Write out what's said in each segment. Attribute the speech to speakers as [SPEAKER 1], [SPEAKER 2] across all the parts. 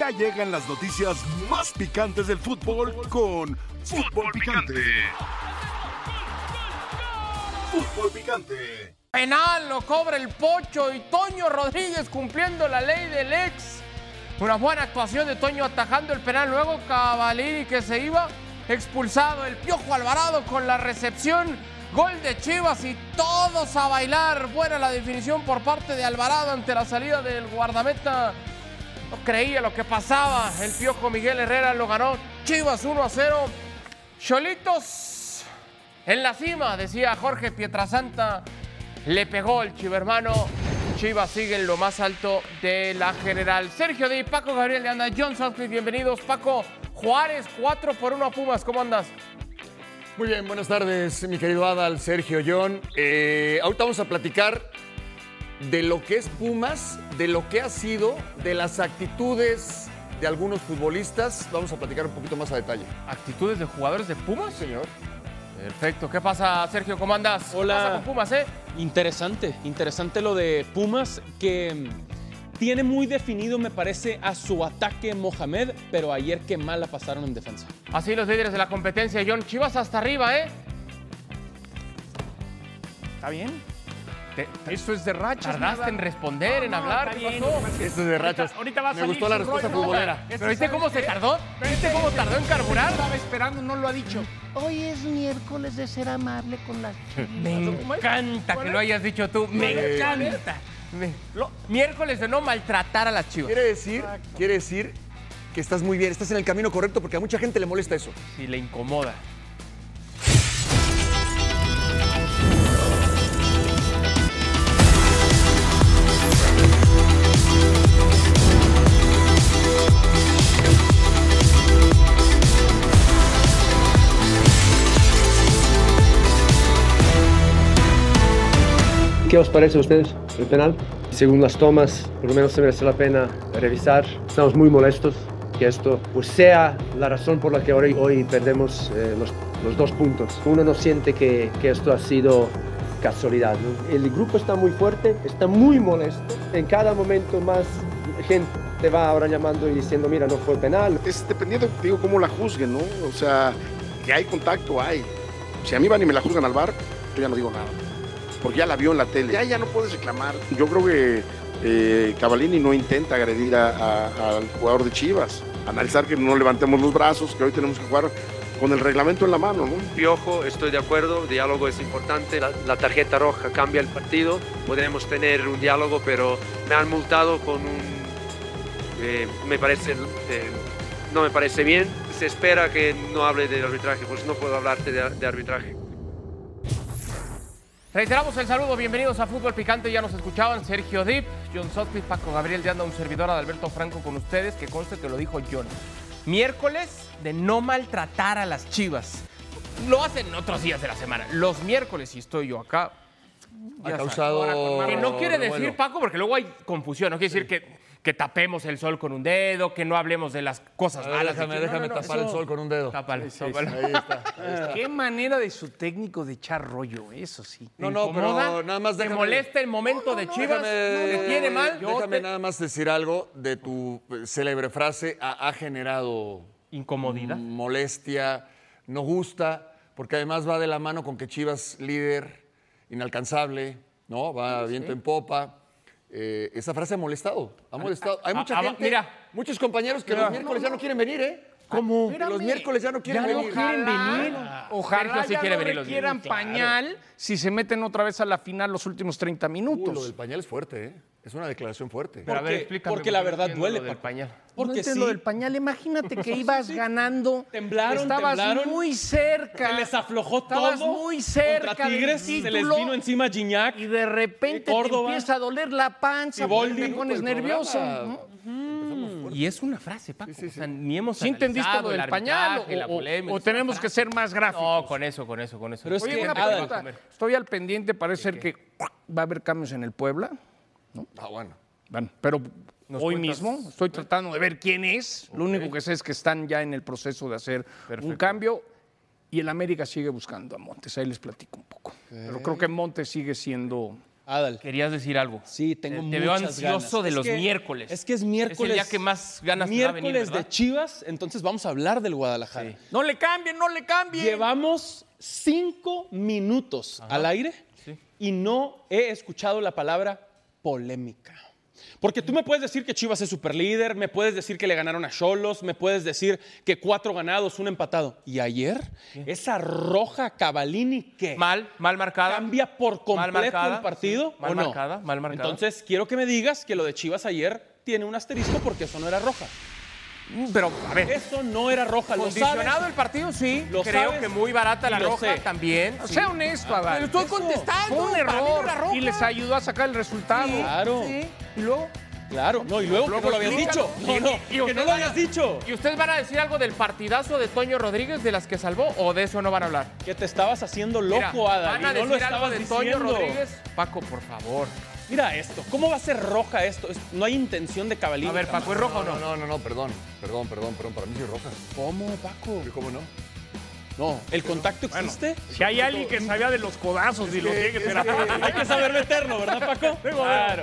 [SPEAKER 1] Ya llegan las noticias más picantes del fútbol con Fútbol Picante. Fútbol Picante.
[SPEAKER 2] Penal lo cobra el Pocho y Toño Rodríguez cumpliendo la ley del ex. Una buena actuación de Toño atajando el penal. Luego Cavalini que se iba expulsado. El Piojo Alvarado con la recepción. Gol de Chivas y todos a bailar. Buena la definición por parte de Alvarado ante la salida del guardameta. No creía lo que pasaba. El Piojo Miguel Herrera lo ganó. Chivas 1 a 0. Cholitos en la cima, decía Jorge Pietrasanta. Le pegó el chivermano. Chivas sigue en lo más alto de la general. Sergio Di, Paco Gabriel de Anda, John Southcliffe, bienvenidos. Paco Juárez, 4 por 1 a Pumas, ¿cómo andas?
[SPEAKER 3] Muy bien, buenas tardes, mi querido Adal, Sergio, John. Eh, ahorita vamos a platicar de lo que es Pumas, de lo que ha sido, de las actitudes de algunos futbolistas. Vamos a platicar un poquito más a detalle.
[SPEAKER 2] ¿Actitudes de jugadores de Pumas?
[SPEAKER 3] Señor.
[SPEAKER 2] Perfecto, ¿qué pasa, Sergio? ¿Cómo andas? ¿Qué
[SPEAKER 4] Hola.
[SPEAKER 2] pasa con Pumas, eh?
[SPEAKER 4] Interesante, interesante lo de Pumas, que mm, tiene muy definido, me parece, a su ataque Mohamed, pero ayer qué mal la pasaron en defensa.
[SPEAKER 2] Así los líderes de la competencia, John. Chivas hasta arriba, ¿eh?
[SPEAKER 5] ¿Está bien?
[SPEAKER 2] Te- te-
[SPEAKER 5] Eso es de rachas.
[SPEAKER 2] tardaste
[SPEAKER 5] nada.
[SPEAKER 2] en responder, en
[SPEAKER 5] No, no,
[SPEAKER 2] hablar.
[SPEAKER 5] está
[SPEAKER 2] ¿Qué
[SPEAKER 5] bien,
[SPEAKER 2] pasó?
[SPEAKER 5] lo que pasa es
[SPEAKER 3] Esto es de
[SPEAKER 5] que
[SPEAKER 3] rachas.
[SPEAKER 5] Ahorita va a
[SPEAKER 3] Me
[SPEAKER 5] salir
[SPEAKER 3] gustó la
[SPEAKER 5] su
[SPEAKER 3] respuesta
[SPEAKER 5] rollo, ¿no?
[SPEAKER 3] futbolera.
[SPEAKER 5] Este,
[SPEAKER 2] ¿Pero viste
[SPEAKER 5] ¿sabes
[SPEAKER 2] cómo se
[SPEAKER 5] qué?
[SPEAKER 2] tardó? ¿Viste cómo tardó en carburar?
[SPEAKER 5] Estaba esperando, no lo ha dicho.
[SPEAKER 6] Hoy es miércoles de ser amable con las
[SPEAKER 2] Me
[SPEAKER 6] chivas.
[SPEAKER 2] encanta que lo hayas dicho tú. Me encanta. Me- lo- miércoles de no maltratar a las chivas.
[SPEAKER 3] Quiere decir, quiere decir que estás muy bien, estás en el camino correcto porque a mucha gente le molesta eso.
[SPEAKER 2] Si le incomoda.
[SPEAKER 7] ¿Qué os parece a ustedes el penal? Según las tomas, por lo menos se merece la pena revisar. Estamos muy molestos que esto pues, sea la razón por la que hoy, hoy perdemos eh, los, los dos puntos. Uno no siente que, que esto ha sido casualidad. ¿no? El grupo está muy fuerte, está muy molesto. En cada momento más gente te va ahora llamando y diciendo, mira, no fue penal,
[SPEAKER 8] es dependiendo, digo, cómo la juzguen, ¿no? O sea, que hay contacto, hay. Si a mí van y me la juzgan al bar, yo ya no digo nada. Porque ya la vio en la tele. Ya, ya no puedes reclamar. Yo creo que eh, Cavalini no intenta agredir a- a- al jugador de Chivas. Analizar que no levantemos los brazos, que hoy tenemos que jugar con el reglamento en la mano, ¿no?
[SPEAKER 9] Piojo, estoy de acuerdo, diálogo es importante, la, la tarjeta roja cambia el partido, podemos tener un diálogo, pero me han multado con un... eh, me parece... eh, no me parece bien, se espera que no hable del arbitraje, pues no puedo hablarte de- de arbitraje.
[SPEAKER 2] Reiteramos el saludo, bienvenidos a Fútbol Picante, ya nos escuchaban Sergio Dip, John Sotcliffe, Paco Gabriel de Anda, un servidor Alberto Franco con ustedes, que conste que lo dijo John. Miércoles de no maltratar a las chivas. Lo hacen otros días de la semana, los miércoles y estoy yo acá.
[SPEAKER 3] Ha
[SPEAKER 2] Ya
[SPEAKER 3] causado.
[SPEAKER 2] sabes. Que no quiere decir,
[SPEAKER 3] revuelo.
[SPEAKER 2] Paco, porque luego hay confusión, no quiere decir que, que tapemos el sol con un dedo, que no hablemos de las cosas
[SPEAKER 3] A ver,
[SPEAKER 2] malas. de
[SPEAKER 3] déjame,
[SPEAKER 2] Chivas. No,
[SPEAKER 3] déjame
[SPEAKER 2] no, no,
[SPEAKER 3] tapar el
[SPEAKER 2] eso-
[SPEAKER 3] sol con un dedo.
[SPEAKER 2] Tápalo,
[SPEAKER 3] Sí, sí,
[SPEAKER 2] tápalo.
[SPEAKER 3] ahí está.
[SPEAKER 5] Qué manera de su técnico de echar rollo, eso sí.
[SPEAKER 3] No, no, pero
[SPEAKER 2] ¿Incomoda?
[SPEAKER 3] nada más
[SPEAKER 2] ¿Te
[SPEAKER 3] déjame-
[SPEAKER 2] molesta el momento de Chivas?
[SPEAKER 3] Déjame,
[SPEAKER 2] ¿Te tiene mal?
[SPEAKER 3] Déjame
[SPEAKER 2] Yo te-
[SPEAKER 3] nada más decir algo de tu eh, célebre frase. Ha, ha generado
[SPEAKER 2] ¿Incomodidad?
[SPEAKER 3] mm, molestia, no gusta, porque además va de la mano con que Chivas líder, inalcanzable, ¿no?
[SPEAKER 5] Ah,
[SPEAKER 3] Va
[SPEAKER 5] pues
[SPEAKER 3] viento en popa. Eh, esa frase ha molestado, ha
[SPEAKER 5] Ah,
[SPEAKER 3] molestado. Hay
[SPEAKER 2] a-
[SPEAKER 3] mucha
[SPEAKER 2] a-
[SPEAKER 3] gente,
[SPEAKER 2] mira.
[SPEAKER 3] muchos compañeros que los miércoles ya no quieren venir, ¿eh?
[SPEAKER 5] ¿Cómo?
[SPEAKER 3] Los miércoles ya no quieren
[SPEAKER 5] Ah, Ya no
[SPEAKER 3] venir.
[SPEAKER 5] quieren venir.
[SPEAKER 2] Sergio
[SPEAKER 5] Ojalá
[SPEAKER 2] sí
[SPEAKER 5] ya
[SPEAKER 2] quiere
[SPEAKER 5] no
[SPEAKER 2] venir los
[SPEAKER 5] requieran
[SPEAKER 2] viernes.
[SPEAKER 5] pañal si se meten otra vez a la final los últimos 30
[SPEAKER 3] Uy, lo
[SPEAKER 5] minutos.
[SPEAKER 3] del pañal es fuerte, ¿eh? Es una declaración fuerte.
[SPEAKER 2] Pero a ver,
[SPEAKER 4] Porque-
[SPEAKER 2] explícame.
[SPEAKER 4] porque la
[SPEAKER 2] no
[SPEAKER 4] verdad
[SPEAKER 2] entiendo lo
[SPEAKER 4] duele,
[SPEAKER 2] del
[SPEAKER 4] Paco.
[SPEAKER 2] pañal.
[SPEAKER 4] Porque
[SPEAKER 5] no entiendo
[SPEAKER 4] sí,
[SPEAKER 5] lo del pañal, imagínate que ibas ganando.
[SPEAKER 4] Temblaron,
[SPEAKER 5] Estabas
[SPEAKER 4] temblaron.
[SPEAKER 5] muy cerca.
[SPEAKER 4] se les aflojó
[SPEAKER 5] Estabas
[SPEAKER 4] todo.
[SPEAKER 5] muy cerca
[SPEAKER 4] Contra
[SPEAKER 5] del
[SPEAKER 4] Tigres, se les
[SPEAKER 5] título.
[SPEAKER 4] vino encima Gignac.
[SPEAKER 5] Y de repente te
[SPEAKER 4] Córdoba.
[SPEAKER 5] empieza a doler la panza,
[SPEAKER 4] Siboldi.
[SPEAKER 5] te pones nervioso.
[SPEAKER 3] Ah,
[SPEAKER 5] ¿no?
[SPEAKER 2] Y es una frase, Paco. O sea, ni hemos
[SPEAKER 5] ¿Sí entendiste lo
[SPEAKER 2] analizado el
[SPEAKER 5] del pañal
[SPEAKER 2] arbitraje, la
[SPEAKER 5] o, o-
[SPEAKER 2] polémica,
[SPEAKER 5] o
[SPEAKER 2] es una
[SPEAKER 5] tenemos que
[SPEAKER 2] frase.
[SPEAKER 5] ser más gráficos?
[SPEAKER 2] No, pues, con eso, con eso, con eso.
[SPEAKER 4] Pero es
[SPEAKER 5] Oye,
[SPEAKER 4] que,
[SPEAKER 5] una
[SPEAKER 4] Adal,
[SPEAKER 5] pregunta. Estoy al pendiente, parece ser que va a haber cambios en el Puebla.
[SPEAKER 3] Ah, bueno.
[SPEAKER 5] Bueno, pero
[SPEAKER 2] Nos
[SPEAKER 5] hoy
[SPEAKER 2] cuentas-
[SPEAKER 5] mismo estoy tratando de ver quién es. Lo único que sé es que están ya en el proceso de hacer un cambio y el América sigue buscando a Montes. Ahí les platico un poco. Pero creo que Montes sigue siendo
[SPEAKER 4] Adal.
[SPEAKER 2] Querías decir algo.
[SPEAKER 4] Ah, Sí,
[SPEAKER 2] Te-
[SPEAKER 4] tengo
[SPEAKER 2] te
[SPEAKER 4] muchas
[SPEAKER 2] veo
[SPEAKER 4] ganas.
[SPEAKER 2] ansioso de
[SPEAKER 4] Es
[SPEAKER 2] los
[SPEAKER 4] que-
[SPEAKER 2] miércoles.
[SPEAKER 4] Es que es miércoles.
[SPEAKER 2] día que más ganas te va a venir,
[SPEAKER 4] Miércoles de
[SPEAKER 2] ¿verdad?
[SPEAKER 4] Chivas, entonces vamos a hablar del Guadalajara.
[SPEAKER 2] No le cambien, no le cambien.
[SPEAKER 4] Llevamos cinco minutos al aire y no he escuchado la palabra polémica. Porque tú me puedes decir que Chivas es superlíder, me puedes decir que le ganaron a Cholos, me puedes decir que cuatro ganados, un empatado. ¿Y ayer? Esa roja Cavalini que
[SPEAKER 2] Mal, mal marcada.
[SPEAKER 4] cambia por completo
[SPEAKER 2] marcada,
[SPEAKER 4] el partido.
[SPEAKER 2] sí. Mal
[SPEAKER 4] ¿o no?
[SPEAKER 2] marcada, mal marcada.
[SPEAKER 4] Entonces quiero que me digas que lo de Chivas ayer tiene un asterisco porque eso no era roja.
[SPEAKER 2] Mm, Pero, a ver,
[SPEAKER 4] Eso no era roja. Lo
[SPEAKER 2] Eh. condicionado
[SPEAKER 4] sabes.
[SPEAKER 2] el partido, sí.
[SPEAKER 4] Lo
[SPEAKER 2] Creo
[SPEAKER 4] sabes.
[SPEAKER 2] que muy barata la
[SPEAKER 4] Lo
[SPEAKER 2] roja
[SPEAKER 4] sé.
[SPEAKER 2] también.
[SPEAKER 5] Sea honesto, Adal.
[SPEAKER 2] Pero estoy
[SPEAKER 4] Eso.
[SPEAKER 2] contestando.
[SPEAKER 5] Fue un
[SPEAKER 2] para mí no
[SPEAKER 5] error
[SPEAKER 2] era roja.
[SPEAKER 5] y les ayudó a sacar el resultado.
[SPEAKER 2] Sí,
[SPEAKER 4] Claro. pues,
[SPEAKER 2] sí. Y luego.
[SPEAKER 4] Claro, no, y luego que no lo habías dicho.
[SPEAKER 2] explícalo.
[SPEAKER 4] No,
[SPEAKER 2] Y-
[SPEAKER 4] no,
[SPEAKER 2] y
[SPEAKER 4] que
[SPEAKER 2] usted
[SPEAKER 4] no lo
[SPEAKER 2] va a-
[SPEAKER 4] habías dicho.
[SPEAKER 2] ¿Y ustedes van a decir algo del partidazo de Toño Rodríguez de las que salvó o de eso no van a hablar?
[SPEAKER 4] Que te estabas haciendo
[SPEAKER 2] Mira,
[SPEAKER 4] loco, Adal.
[SPEAKER 2] ¿Van a
[SPEAKER 4] y no
[SPEAKER 2] decir
[SPEAKER 4] lo
[SPEAKER 2] algo
[SPEAKER 4] estabas
[SPEAKER 2] de
[SPEAKER 4] diciendo.
[SPEAKER 2] Toño Rodríguez? Paco, por favor.
[SPEAKER 4] Mira esto, ¿cómo va a ser roja esto? Es- No hay intención de cabalín.
[SPEAKER 2] A ver, Paco, ¿es rojo o no?
[SPEAKER 3] No, no, no, perdón. Perdón, perdón, perdón. Para mí sí es roja.
[SPEAKER 4] ¿Cómo, Paco?
[SPEAKER 3] ¿Cómo no?
[SPEAKER 4] No, ¿el contacto existe?
[SPEAKER 5] Si hay alguien que sabía de los codazos
[SPEAKER 3] Eh,
[SPEAKER 5] y los llegues, era.
[SPEAKER 4] Hay que saber meterlo, ¿verdad, Paco? Claro.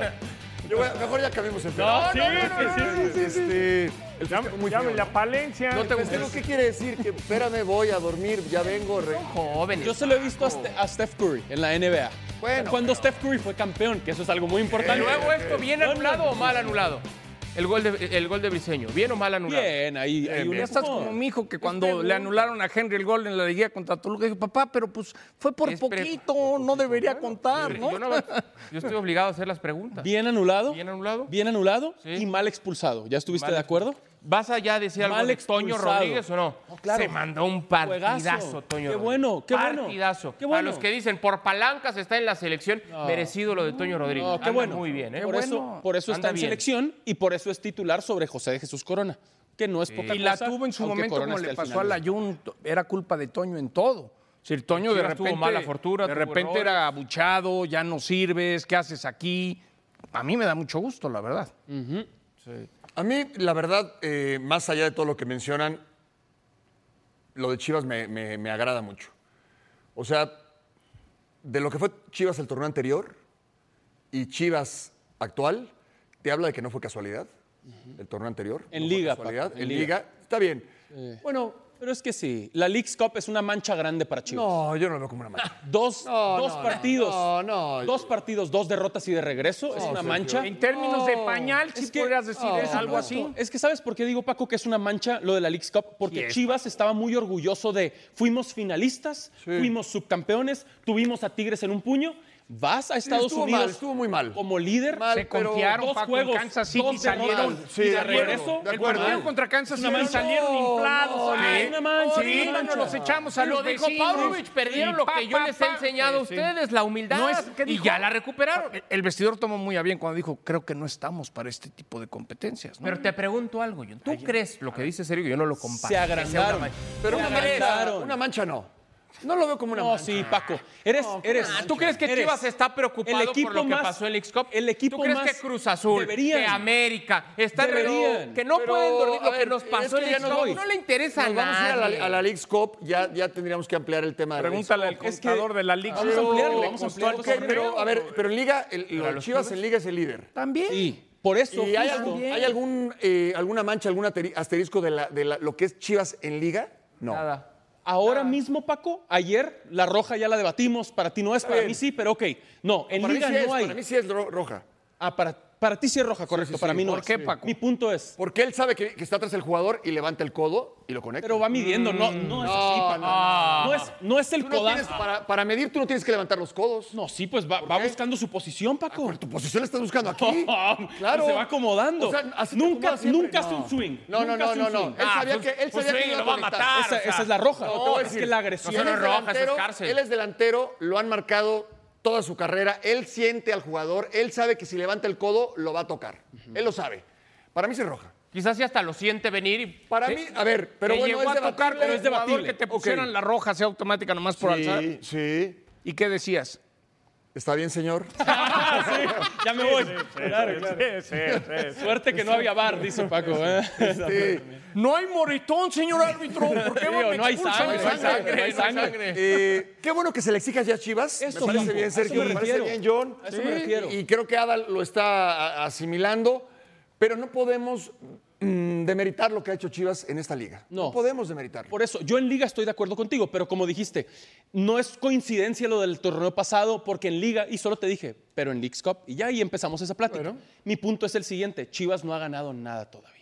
[SPEAKER 3] Yo voy a- mejor ya cambiemos el
[SPEAKER 4] No,
[SPEAKER 3] tema.
[SPEAKER 4] sí,
[SPEAKER 3] Este, el festejo muy feo,
[SPEAKER 5] Llámenle a Palencia.
[SPEAKER 3] ¿no? El festejo, ¿Qué quiere decir? Que espérame, voy a dormir, ya vengo. re-
[SPEAKER 2] Jóvenes.
[SPEAKER 4] Yo se lo he visto a, Ste- a Steph Curry en la NBA.
[SPEAKER 3] Bueno,
[SPEAKER 4] Cuando Steph Curry fue campeón, que eso es algo muy importante.
[SPEAKER 2] Eh, Luego esto, ¿bien
[SPEAKER 4] No, no.
[SPEAKER 2] anulado o mal anulado? El gol de, el gol de Briseño, ¿bien o mal anulado?
[SPEAKER 4] Bien, ahí
[SPEAKER 2] eh,
[SPEAKER 4] hay un
[SPEAKER 5] Ya estás
[SPEAKER 4] empujón.
[SPEAKER 5] como mi hijo que cuando le anularon a Henry el gol en la liguilla contra Toluca, dije, papá, pero pues fue por
[SPEAKER 2] Es prepa,
[SPEAKER 5] poquito, no debería contar, ¿no?
[SPEAKER 2] Yo, no- yo estoy obligado a hacer las preguntas.
[SPEAKER 4] Bien anulado.
[SPEAKER 2] Bien anulado.
[SPEAKER 4] Bien anulado
[SPEAKER 2] Sí.
[SPEAKER 4] y mal expulsado. ¿Ya estuviste
[SPEAKER 2] Mal
[SPEAKER 4] de acuerdo?
[SPEAKER 2] ¿Vas allá a decir algo
[SPEAKER 4] Mal
[SPEAKER 2] de Toño
[SPEAKER 4] expulsado.
[SPEAKER 2] Rodríguez o no?
[SPEAKER 4] No, claro.
[SPEAKER 2] Se mandó un partidazo,
[SPEAKER 4] Juegazo.
[SPEAKER 2] Toño
[SPEAKER 4] Qué
[SPEAKER 2] Rodríguez.
[SPEAKER 4] bueno, qué bueno.
[SPEAKER 2] Partidazo.
[SPEAKER 4] Qué
[SPEAKER 2] Para
[SPEAKER 4] bueno.
[SPEAKER 2] los que dicen, por palancas está en la selección, merecido lo de Toño Rodríguez.
[SPEAKER 4] No, Oh, qué
[SPEAKER 2] Anda
[SPEAKER 4] bueno.
[SPEAKER 2] Muy bien, ¿eh?
[SPEAKER 4] Por, eso, por eso
[SPEAKER 2] Anda
[SPEAKER 4] está en
[SPEAKER 2] bien.
[SPEAKER 4] selección y por eso es titular sobre José de Jesús Corona, que no es poca cosa.
[SPEAKER 5] Y la tuvo en su
[SPEAKER 4] aunque
[SPEAKER 5] momento
[SPEAKER 4] Corona
[SPEAKER 5] como
[SPEAKER 4] esté
[SPEAKER 5] le
[SPEAKER 4] al
[SPEAKER 5] pasó
[SPEAKER 4] final.
[SPEAKER 5] al Ayun, to- era culpa de Toño en todo. Si el Toño de
[SPEAKER 2] Chivas tuvo
[SPEAKER 5] repente,
[SPEAKER 2] mala fortuna,
[SPEAKER 5] de
[SPEAKER 2] tuvo
[SPEAKER 5] repente
[SPEAKER 2] errores.
[SPEAKER 5] era abuchado, ya no sirves, ¿qué haces aquí? A mí me da mucho gusto, la verdad.
[SPEAKER 3] A mí, la verdad, eh, más allá de todo lo que mencionan, lo de Chivas me, me- me agrada mucho. O sea, de lo que fue Chivas el torneo anterior y Chivas actual, te habla de que no fue casualidad el torneo anterior.
[SPEAKER 4] En
[SPEAKER 3] no fue
[SPEAKER 4] liga,
[SPEAKER 3] casualidad,
[SPEAKER 4] Paco,
[SPEAKER 3] en,
[SPEAKER 4] en
[SPEAKER 3] liga.
[SPEAKER 4] liga.
[SPEAKER 3] Está bien. Bueno,
[SPEAKER 4] Pero es que sí, la Leagues Cup es una mancha grande para Chivas.
[SPEAKER 3] no, yo no lo veo como una mancha.
[SPEAKER 4] Dos,
[SPEAKER 3] No,
[SPEAKER 4] dos
[SPEAKER 3] no, no,
[SPEAKER 4] partidos.
[SPEAKER 3] no, no.
[SPEAKER 4] Dos partidos, dos derrotas y de regreso. es una mancha.
[SPEAKER 5] En términos de pañal, si
[SPEAKER 4] Es que-
[SPEAKER 5] podrías decir
[SPEAKER 4] Oh,
[SPEAKER 5] es algo
[SPEAKER 4] no.
[SPEAKER 5] así.
[SPEAKER 4] Es que sabes por qué digo, Paco, que es una mancha lo de la Leagues Cup, porque Chivas estaba muy orgulloso de fuimos finalistas, fuimos subcampeones, tuvimos a Tigres en un puño. Vas a Estados
[SPEAKER 3] estuvo
[SPEAKER 4] Unidos
[SPEAKER 3] mal, estuvo muy mal.
[SPEAKER 4] como líder.
[SPEAKER 3] Mal,
[SPEAKER 5] Se
[SPEAKER 3] pero-
[SPEAKER 5] confiaron,
[SPEAKER 4] dos
[SPEAKER 5] Paco,
[SPEAKER 4] juegos,
[SPEAKER 5] en Kansas City
[SPEAKER 4] dos
[SPEAKER 5] salieron.
[SPEAKER 4] derrotas.
[SPEAKER 3] Sí,
[SPEAKER 5] y
[SPEAKER 4] de
[SPEAKER 5] de acuerdo,
[SPEAKER 4] regreso,
[SPEAKER 5] de
[SPEAKER 3] el
[SPEAKER 5] acuerdo.
[SPEAKER 3] partido
[SPEAKER 5] contra Kansas
[SPEAKER 4] Una
[SPEAKER 5] City
[SPEAKER 4] mancha.
[SPEAKER 5] salieron inflados.
[SPEAKER 3] No,
[SPEAKER 5] ay,
[SPEAKER 4] es una mancha,
[SPEAKER 5] ahorita
[SPEAKER 4] una mancha.
[SPEAKER 5] no los echamos a
[SPEAKER 2] Lo
[SPEAKER 5] los
[SPEAKER 2] dijo
[SPEAKER 5] vecinos.
[SPEAKER 2] Pavlovich, perdieron
[SPEAKER 5] Y
[SPEAKER 2] lo
[SPEAKER 5] pa,
[SPEAKER 2] que yo
[SPEAKER 5] pa,
[SPEAKER 2] les he
[SPEAKER 5] pa.
[SPEAKER 2] enseñado a
[SPEAKER 5] Sí, sí.
[SPEAKER 2] ustedes, la humildad.
[SPEAKER 5] No es- ¿qué
[SPEAKER 2] y
[SPEAKER 5] dijo?
[SPEAKER 2] ya la recuperaron.
[SPEAKER 5] Ah, El vestidor tomó muy a bien cuando dijo, creo que no estamos para este tipo de competencias. ¿no?
[SPEAKER 2] Pero te pregunto algo, John. ¿Tú crees lo que dice Sergio? Yo no lo comparto.
[SPEAKER 4] Se
[SPEAKER 2] que sea una
[SPEAKER 4] agrandaron.
[SPEAKER 2] mancha.
[SPEAKER 3] Pero una
[SPEAKER 4] Se
[SPEAKER 3] mancha,
[SPEAKER 4] agrandaron.
[SPEAKER 3] una mancha no. No lo veo como una
[SPEAKER 4] No,
[SPEAKER 3] mancha.
[SPEAKER 4] sí, Paco. Eres, eres.
[SPEAKER 2] Ah, ¿Tú crees que
[SPEAKER 4] eres
[SPEAKER 2] Chivas está preocupado
[SPEAKER 4] el equipo
[SPEAKER 2] por lo que
[SPEAKER 4] más-
[SPEAKER 2] pasó en Leagues Cup?
[SPEAKER 4] El equipo
[SPEAKER 2] ¿Tú crees
[SPEAKER 4] más
[SPEAKER 2] que Cruz Azul,
[SPEAKER 4] deberían.
[SPEAKER 2] que América, están
[SPEAKER 4] Deberían.
[SPEAKER 2] que no
[SPEAKER 3] Pero,
[SPEAKER 2] pueden dormir
[SPEAKER 3] a
[SPEAKER 2] lo que
[SPEAKER 3] ver,
[SPEAKER 2] nos
[SPEAKER 3] es
[SPEAKER 2] pasó
[SPEAKER 3] que
[SPEAKER 2] en
[SPEAKER 3] ya
[SPEAKER 2] Leagues
[SPEAKER 3] nos
[SPEAKER 2] Cup?
[SPEAKER 3] voy.
[SPEAKER 2] No le interesa
[SPEAKER 3] Nos
[SPEAKER 2] a nadie.
[SPEAKER 3] vamos a ir a la, a la Leagues Cup, ya, ya tendríamos que ampliar el tema de la Leagues
[SPEAKER 5] Pregúntale al
[SPEAKER 4] Es que-
[SPEAKER 5] contador de la liga.
[SPEAKER 4] Vamos a ampliarlo, vamos a
[SPEAKER 5] Le costó
[SPEAKER 4] ampliarlo.
[SPEAKER 5] al
[SPEAKER 3] Ok, pero,
[SPEAKER 5] torneo.
[SPEAKER 3] a ver, pero en Liga, el, lo de Chivas en Liga es el líder.
[SPEAKER 5] También.
[SPEAKER 4] Sí, por eso.
[SPEAKER 3] ¿Y hay,
[SPEAKER 4] justo.
[SPEAKER 3] algún, hay algún, eh, alguna mancha, algún ateri- asterisco de, la- de la- lo que es Chivas en Liga? No.
[SPEAKER 2] Nada.
[SPEAKER 4] Ahora mismo, Paco, ayer la roja ya la debatimos. Para ti no es, para
[SPEAKER 3] bien.
[SPEAKER 4] mí sí, pero ok. No, en
[SPEAKER 3] Para mí
[SPEAKER 4] Liga
[SPEAKER 3] sí
[SPEAKER 4] no
[SPEAKER 3] es,
[SPEAKER 4] hay.
[SPEAKER 3] Para mí sí es ro- roja.
[SPEAKER 4] Ah, para, para ti sí es roja, correcto.
[SPEAKER 3] sí, sí.
[SPEAKER 4] Para mí no.
[SPEAKER 3] ¿Por
[SPEAKER 4] es.
[SPEAKER 5] qué, Paco?
[SPEAKER 4] Mi punto es.
[SPEAKER 3] Porque él sabe que, que está atrás el jugador y levanta el codo y lo conecta.
[SPEAKER 4] Pero va midiendo, no, no es así, Paco. No es, no es el
[SPEAKER 3] Mm. Ah. Tú no tienes-
[SPEAKER 4] codazo.
[SPEAKER 3] para, para medir, tú no tienes que levantar los codos.
[SPEAKER 4] No, sí, pues va, va buscando su posición, Paco.
[SPEAKER 3] Ah, Tu posición Pues la estás buscando aquí. claro.
[SPEAKER 4] Ah, pues Se va acomodando.
[SPEAKER 3] O sea, así te
[SPEAKER 4] nunca
[SPEAKER 3] acomodas siempre.
[SPEAKER 4] nunca hace
[SPEAKER 3] No.
[SPEAKER 4] un swing.
[SPEAKER 3] No, no,
[SPEAKER 4] Nunca
[SPEAKER 3] no,
[SPEAKER 4] hace
[SPEAKER 3] no,
[SPEAKER 4] un
[SPEAKER 3] no.
[SPEAKER 4] swing.
[SPEAKER 3] Él
[SPEAKER 2] Ah,
[SPEAKER 3] sabía que
[SPEAKER 2] un
[SPEAKER 3] él sabía que
[SPEAKER 2] swing
[SPEAKER 3] iba
[SPEAKER 2] pues lo va a
[SPEAKER 3] conectar.
[SPEAKER 2] matar.
[SPEAKER 4] Esa,
[SPEAKER 2] o sea,
[SPEAKER 4] esa es la roja.
[SPEAKER 3] No, te
[SPEAKER 4] No,
[SPEAKER 3] voy a
[SPEAKER 4] es
[SPEAKER 3] decir.
[SPEAKER 4] que la
[SPEAKER 3] Si
[SPEAKER 4] agresión.
[SPEAKER 2] No,
[SPEAKER 3] él
[SPEAKER 2] no,
[SPEAKER 3] es
[SPEAKER 2] roja, eso es
[SPEAKER 3] delantero,
[SPEAKER 2] cárcel.
[SPEAKER 3] Él es delantero, lo han marcado toda su carrera, él siente al jugador, él sabe que si levanta el codo lo va a tocar. Él lo sabe. Para mí sí es roja.
[SPEAKER 2] Quizás si hasta lo siente venir y...
[SPEAKER 3] Para mí, a ver, pero
[SPEAKER 5] Te
[SPEAKER 3] bueno,
[SPEAKER 5] llegó
[SPEAKER 3] es
[SPEAKER 5] a
[SPEAKER 3] debatible,
[SPEAKER 5] tocarle pero
[SPEAKER 4] pero
[SPEAKER 5] es
[SPEAKER 4] es
[SPEAKER 5] debatible.
[SPEAKER 4] debatible.
[SPEAKER 5] que te
[SPEAKER 3] Ok.
[SPEAKER 5] pusieran la roja sea automática nomás por alzar.
[SPEAKER 3] Sí, sí.
[SPEAKER 5] ¿Y qué decías?
[SPEAKER 3] ¿Está bien, señor?
[SPEAKER 4] Ya me voy. Claro, claro. Suerte que no había bar, dice Paco. ¿eh?
[SPEAKER 3] Sí.
[SPEAKER 5] No hay moritón, señor árbitro. ¿Por qué
[SPEAKER 4] Digo,
[SPEAKER 5] me
[SPEAKER 4] no hay
[SPEAKER 5] expulsan?
[SPEAKER 4] sangre, no hay sangre, no hay sangre.
[SPEAKER 3] Eh, qué bueno que se le exija ya a Chivas. me
[SPEAKER 4] Eso
[SPEAKER 3] parece
[SPEAKER 4] mismo,
[SPEAKER 3] bien,
[SPEAKER 4] a eso
[SPEAKER 3] Sergio.
[SPEAKER 4] me
[SPEAKER 3] Me parece
[SPEAKER 4] refiero.
[SPEAKER 3] bien, John.
[SPEAKER 4] A eso me refiero.
[SPEAKER 3] Y creo que Ada lo está a- asimilando, pero no podemos mm, demeritar lo que ha hecho Chivas en esta liga.
[SPEAKER 4] No.
[SPEAKER 3] podemos demeritarlo.
[SPEAKER 4] Por eso, yo en liga estoy de acuerdo contigo, pero como dijiste, no es coincidencia lo del torneo pasado, porque en liga, y solo te dije, pero en League's Cup, y ya ahí empezamos esa plática. Mi punto es el siguiente, Chivas no ha ganado nada todavía.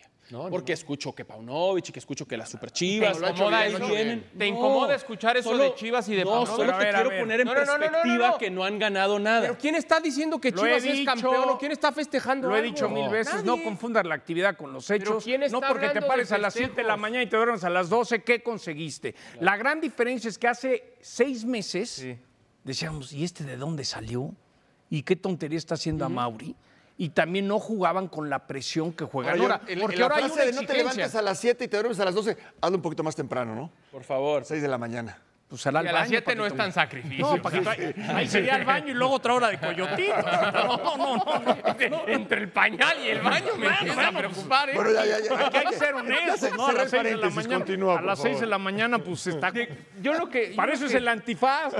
[SPEAKER 4] porque escucho que Paunovic, y que escucho que las Super Chivas,
[SPEAKER 2] Te incomoda
[SPEAKER 4] ahí
[SPEAKER 2] eso.
[SPEAKER 4] vienen.
[SPEAKER 2] Te incomoda escuchar eso de Chivas y de
[SPEAKER 4] no,
[SPEAKER 2] Paunovic.
[SPEAKER 4] solo
[SPEAKER 2] A
[SPEAKER 4] te
[SPEAKER 2] ver, a
[SPEAKER 4] quiero
[SPEAKER 2] ver.
[SPEAKER 4] poner en
[SPEAKER 2] No, no, no, no, no, no,
[SPEAKER 4] perspectiva
[SPEAKER 2] no.
[SPEAKER 4] que no han ganado nada.
[SPEAKER 2] Pero ¿quién está diciendo que
[SPEAKER 5] Lo he
[SPEAKER 2] Chivas es
[SPEAKER 5] dicho.
[SPEAKER 2] campeón o quién está festejando?
[SPEAKER 5] Lo he
[SPEAKER 2] algo?
[SPEAKER 5] dicho mil veces,
[SPEAKER 2] Nadie.
[SPEAKER 5] no confundas la actividad con los hechos.
[SPEAKER 2] quién está
[SPEAKER 5] no porque te
[SPEAKER 2] hablando
[SPEAKER 5] pares
[SPEAKER 2] de
[SPEAKER 5] a las 7 de la
[SPEAKER 2] festejos?
[SPEAKER 5] mañana y te duermas a las 12, ¿qué conseguiste? La gran diferencia es que hace seis meses decíamos, ¿y este de dónde salió? ¿Y qué tontería está haciendo a Mauri? Y también no jugaban con la presión que juegan ahora.
[SPEAKER 3] John, en-
[SPEAKER 5] porque
[SPEAKER 3] en la
[SPEAKER 5] ahora hay
[SPEAKER 3] frase
[SPEAKER 5] una
[SPEAKER 3] de no te
[SPEAKER 5] exigencia.
[SPEAKER 3] levantas a las 7 y te duermes a las 12, hazlo un poquito más temprano, ¿no?
[SPEAKER 4] Por favor.
[SPEAKER 3] 6 de la mañana.
[SPEAKER 5] Pues al
[SPEAKER 2] Y a
[SPEAKER 5] baño,
[SPEAKER 2] las 7 no
[SPEAKER 5] Paquito.
[SPEAKER 2] es tan sacrificio.
[SPEAKER 5] No, Paquito, ahí, ahí sería al baño y luego otra hora de coyotito. No, no, no.
[SPEAKER 2] Entre- Entre el pañal y el baño me empieza a
[SPEAKER 5] pues,
[SPEAKER 2] preocupar, ¿eh?
[SPEAKER 3] Bueno, ya, ya, ya.
[SPEAKER 5] Hay que ser honestos, ¿no?
[SPEAKER 3] cerré
[SPEAKER 5] A las seis de la
[SPEAKER 3] paréntesis,
[SPEAKER 5] mañana.
[SPEAKER 3] continúa,
[SPEAKER 5] a
[SPEAKER 3] por
[SPEAKER 5] las seis de
[SPEAKER 3] favor.
[SPEAKER 5] la mañana, pues está.
[SPEAKER 2] Yo lo que.
[SPEAKER 5] Para
[SPEAKER 2] yo
[SPEAKER 5] eso
[SPEAKER 2] lo
[SPEAKER 5] es
[SPEAKER 2] que-
[SPEAKER 5] el antifaz,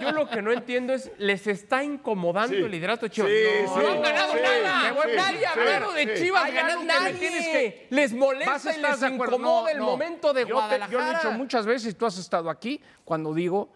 [SPEAKER 2] Yo lo que no entiendo es, ¿les está incomodando el liderato de Chivas?
[SPEAKER 3] Sí,
[SPEAKER 2] no,
[SPEAKER 3] sí,
[SPEAKER 2] no han ganado
[SPEAKER 3] sí,
[SPEAKER 2] nada.
[SPEAKER 3] sí, sí,
[SPEAKER 2] nadie
[SPEAKER 3] sí,
[SPEAKER 2] ha hablado de
[SPEAKER 3] sí.
[SPEAKER 2] Chivas
[SPEAKER 5] Hay
[SPEAKER 2] ganar.
[SPEAKER 5] algo que
[SPEAKER 2] Nadie.
[SPEAKER 5] le tienes que-
[SPEAKER 2] Les
[SPEAKER 5] Vas,
[SPEAKER 2] molesta y
[SPEAKER 5] estás
[SPEAKER 2] les
[SPEAKER 5] de acuerdo.
[SPEAKER 2] incomoda
[SPEAKER 5] No,
[SPEAKER 2] el
[SPEAKER 5] no.
[SPEAKER 2] momento de
[SPEAKER 5] Yo te-
[SPEAKER 2] Guadalajara.
[SPEAKER 5] Yo, lo he dicho muchas veces, tú has estado aquí, cuando digo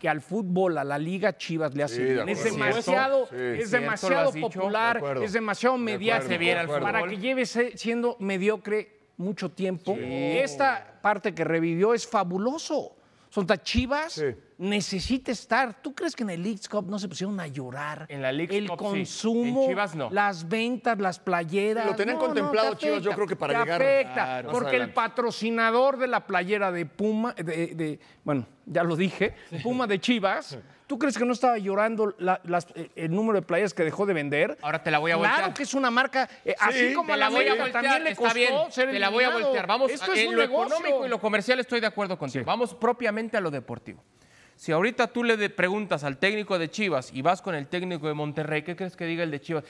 [SPEAKER 5] que al fútbol, a la Liga Chivas le hace
[SPEAKER 3] Sí, de
[SPEAKER 5] bien. Es
[SPEAKER 3] acuerdo.
[SPEAKER 5] demasiado,
[SPEAKER 3] Sí, cierto,
[SPEAKER 5] es
[SPEAKER 2] lo has
[SPEAKER 5] demasiado
[SPEAKER 2] dicho.
[SPEAKER 5] popular,
[SPEAKER 3] De acuerdo.
[SPEAKER 5] es demasiado mediático.
[SPEAKER 2] Hace bien al
[SPEAKER 5] para
[SPEAKER 2] fútbol.
[SPEAKER 5] que lleves eh, siendo mediocre mucho tiempo. Esta parte que revivió es fabuloso. Sonta Chivas
[SPEAKER 3] Sí.
[SPEAKER 5] necesita estar. ¿Tú crees que en el League's Cup no se pusieron a llorar?
[SPEAKER 2] En la League's
[SPEAKER 5] El
[SPEAKER 2] Cup, sí. En
[SPEAKER 5] consumo,
[SPEAKER 2] Chivas, no.
[SPEAKER 5] las ventas, las playeras.
[SPEAKER 3] Lo tenían
[SPEAKER 5] No, no,
[SPEAKER 3] contemplado,
[SPEAKER 5] te
[SPEAKER 3] Chivas, yo
[SPEAKER 5] afecta,
[SPEAKER 3] creo que para
[SPEAKER 5] te
[SPEAKER 3] llegar.
[SPEAKER 5] afecta,
[SPEAKER 3] Claro. Más
[SPEAKER 5] porque el
[SPEAKER 3] adelante.
[SPEAKER 5] patrocinador de la playera de Puma, de, de- bueno, ya lo dije, Puma de Chivas, ¿tú crees que no estaba llorando la- las- eh, el número de playeras que dejó de vender?
[SPEAKER 2] Ahora te la voy a
[SPEAKER 5] Claro
[SPEAKER 2] voltear.
[SPEAKER 5] que es una marca, eh, así como
[SPEAKER 2] Te
[SPEAKER 5] a la
[SPEAKER 2] la voy a
[SPEAKER 5] América
[SPEAKER 2] voltear,
[SPEAKER 5] también le
[SPEAKER 2] está
[SPEAKER 5] costó
[SPEAKER 2] bien.
[SPEAKER 5] ser
[SPEAKER 2] Te la voy a
[SPEAKER 5] eliminado.
[SPEAKER 2] voltear. Vamos,
[SPEAKER 5] Esto es
[SPEAKER 2] en
[SPEAKER 5] un
[SPEAKER 2] lo
[SPEAKER 5] negocio.
[SPEAKER 2] económico y lo comercial estoy de acuerdo contigo. Vamos propiamente a lo deportivo. Si ahorita tú le de- preguntas al técnico de Chivas y vas con el técnico de Monterrey, ¿qué crees que diga el de Chivas?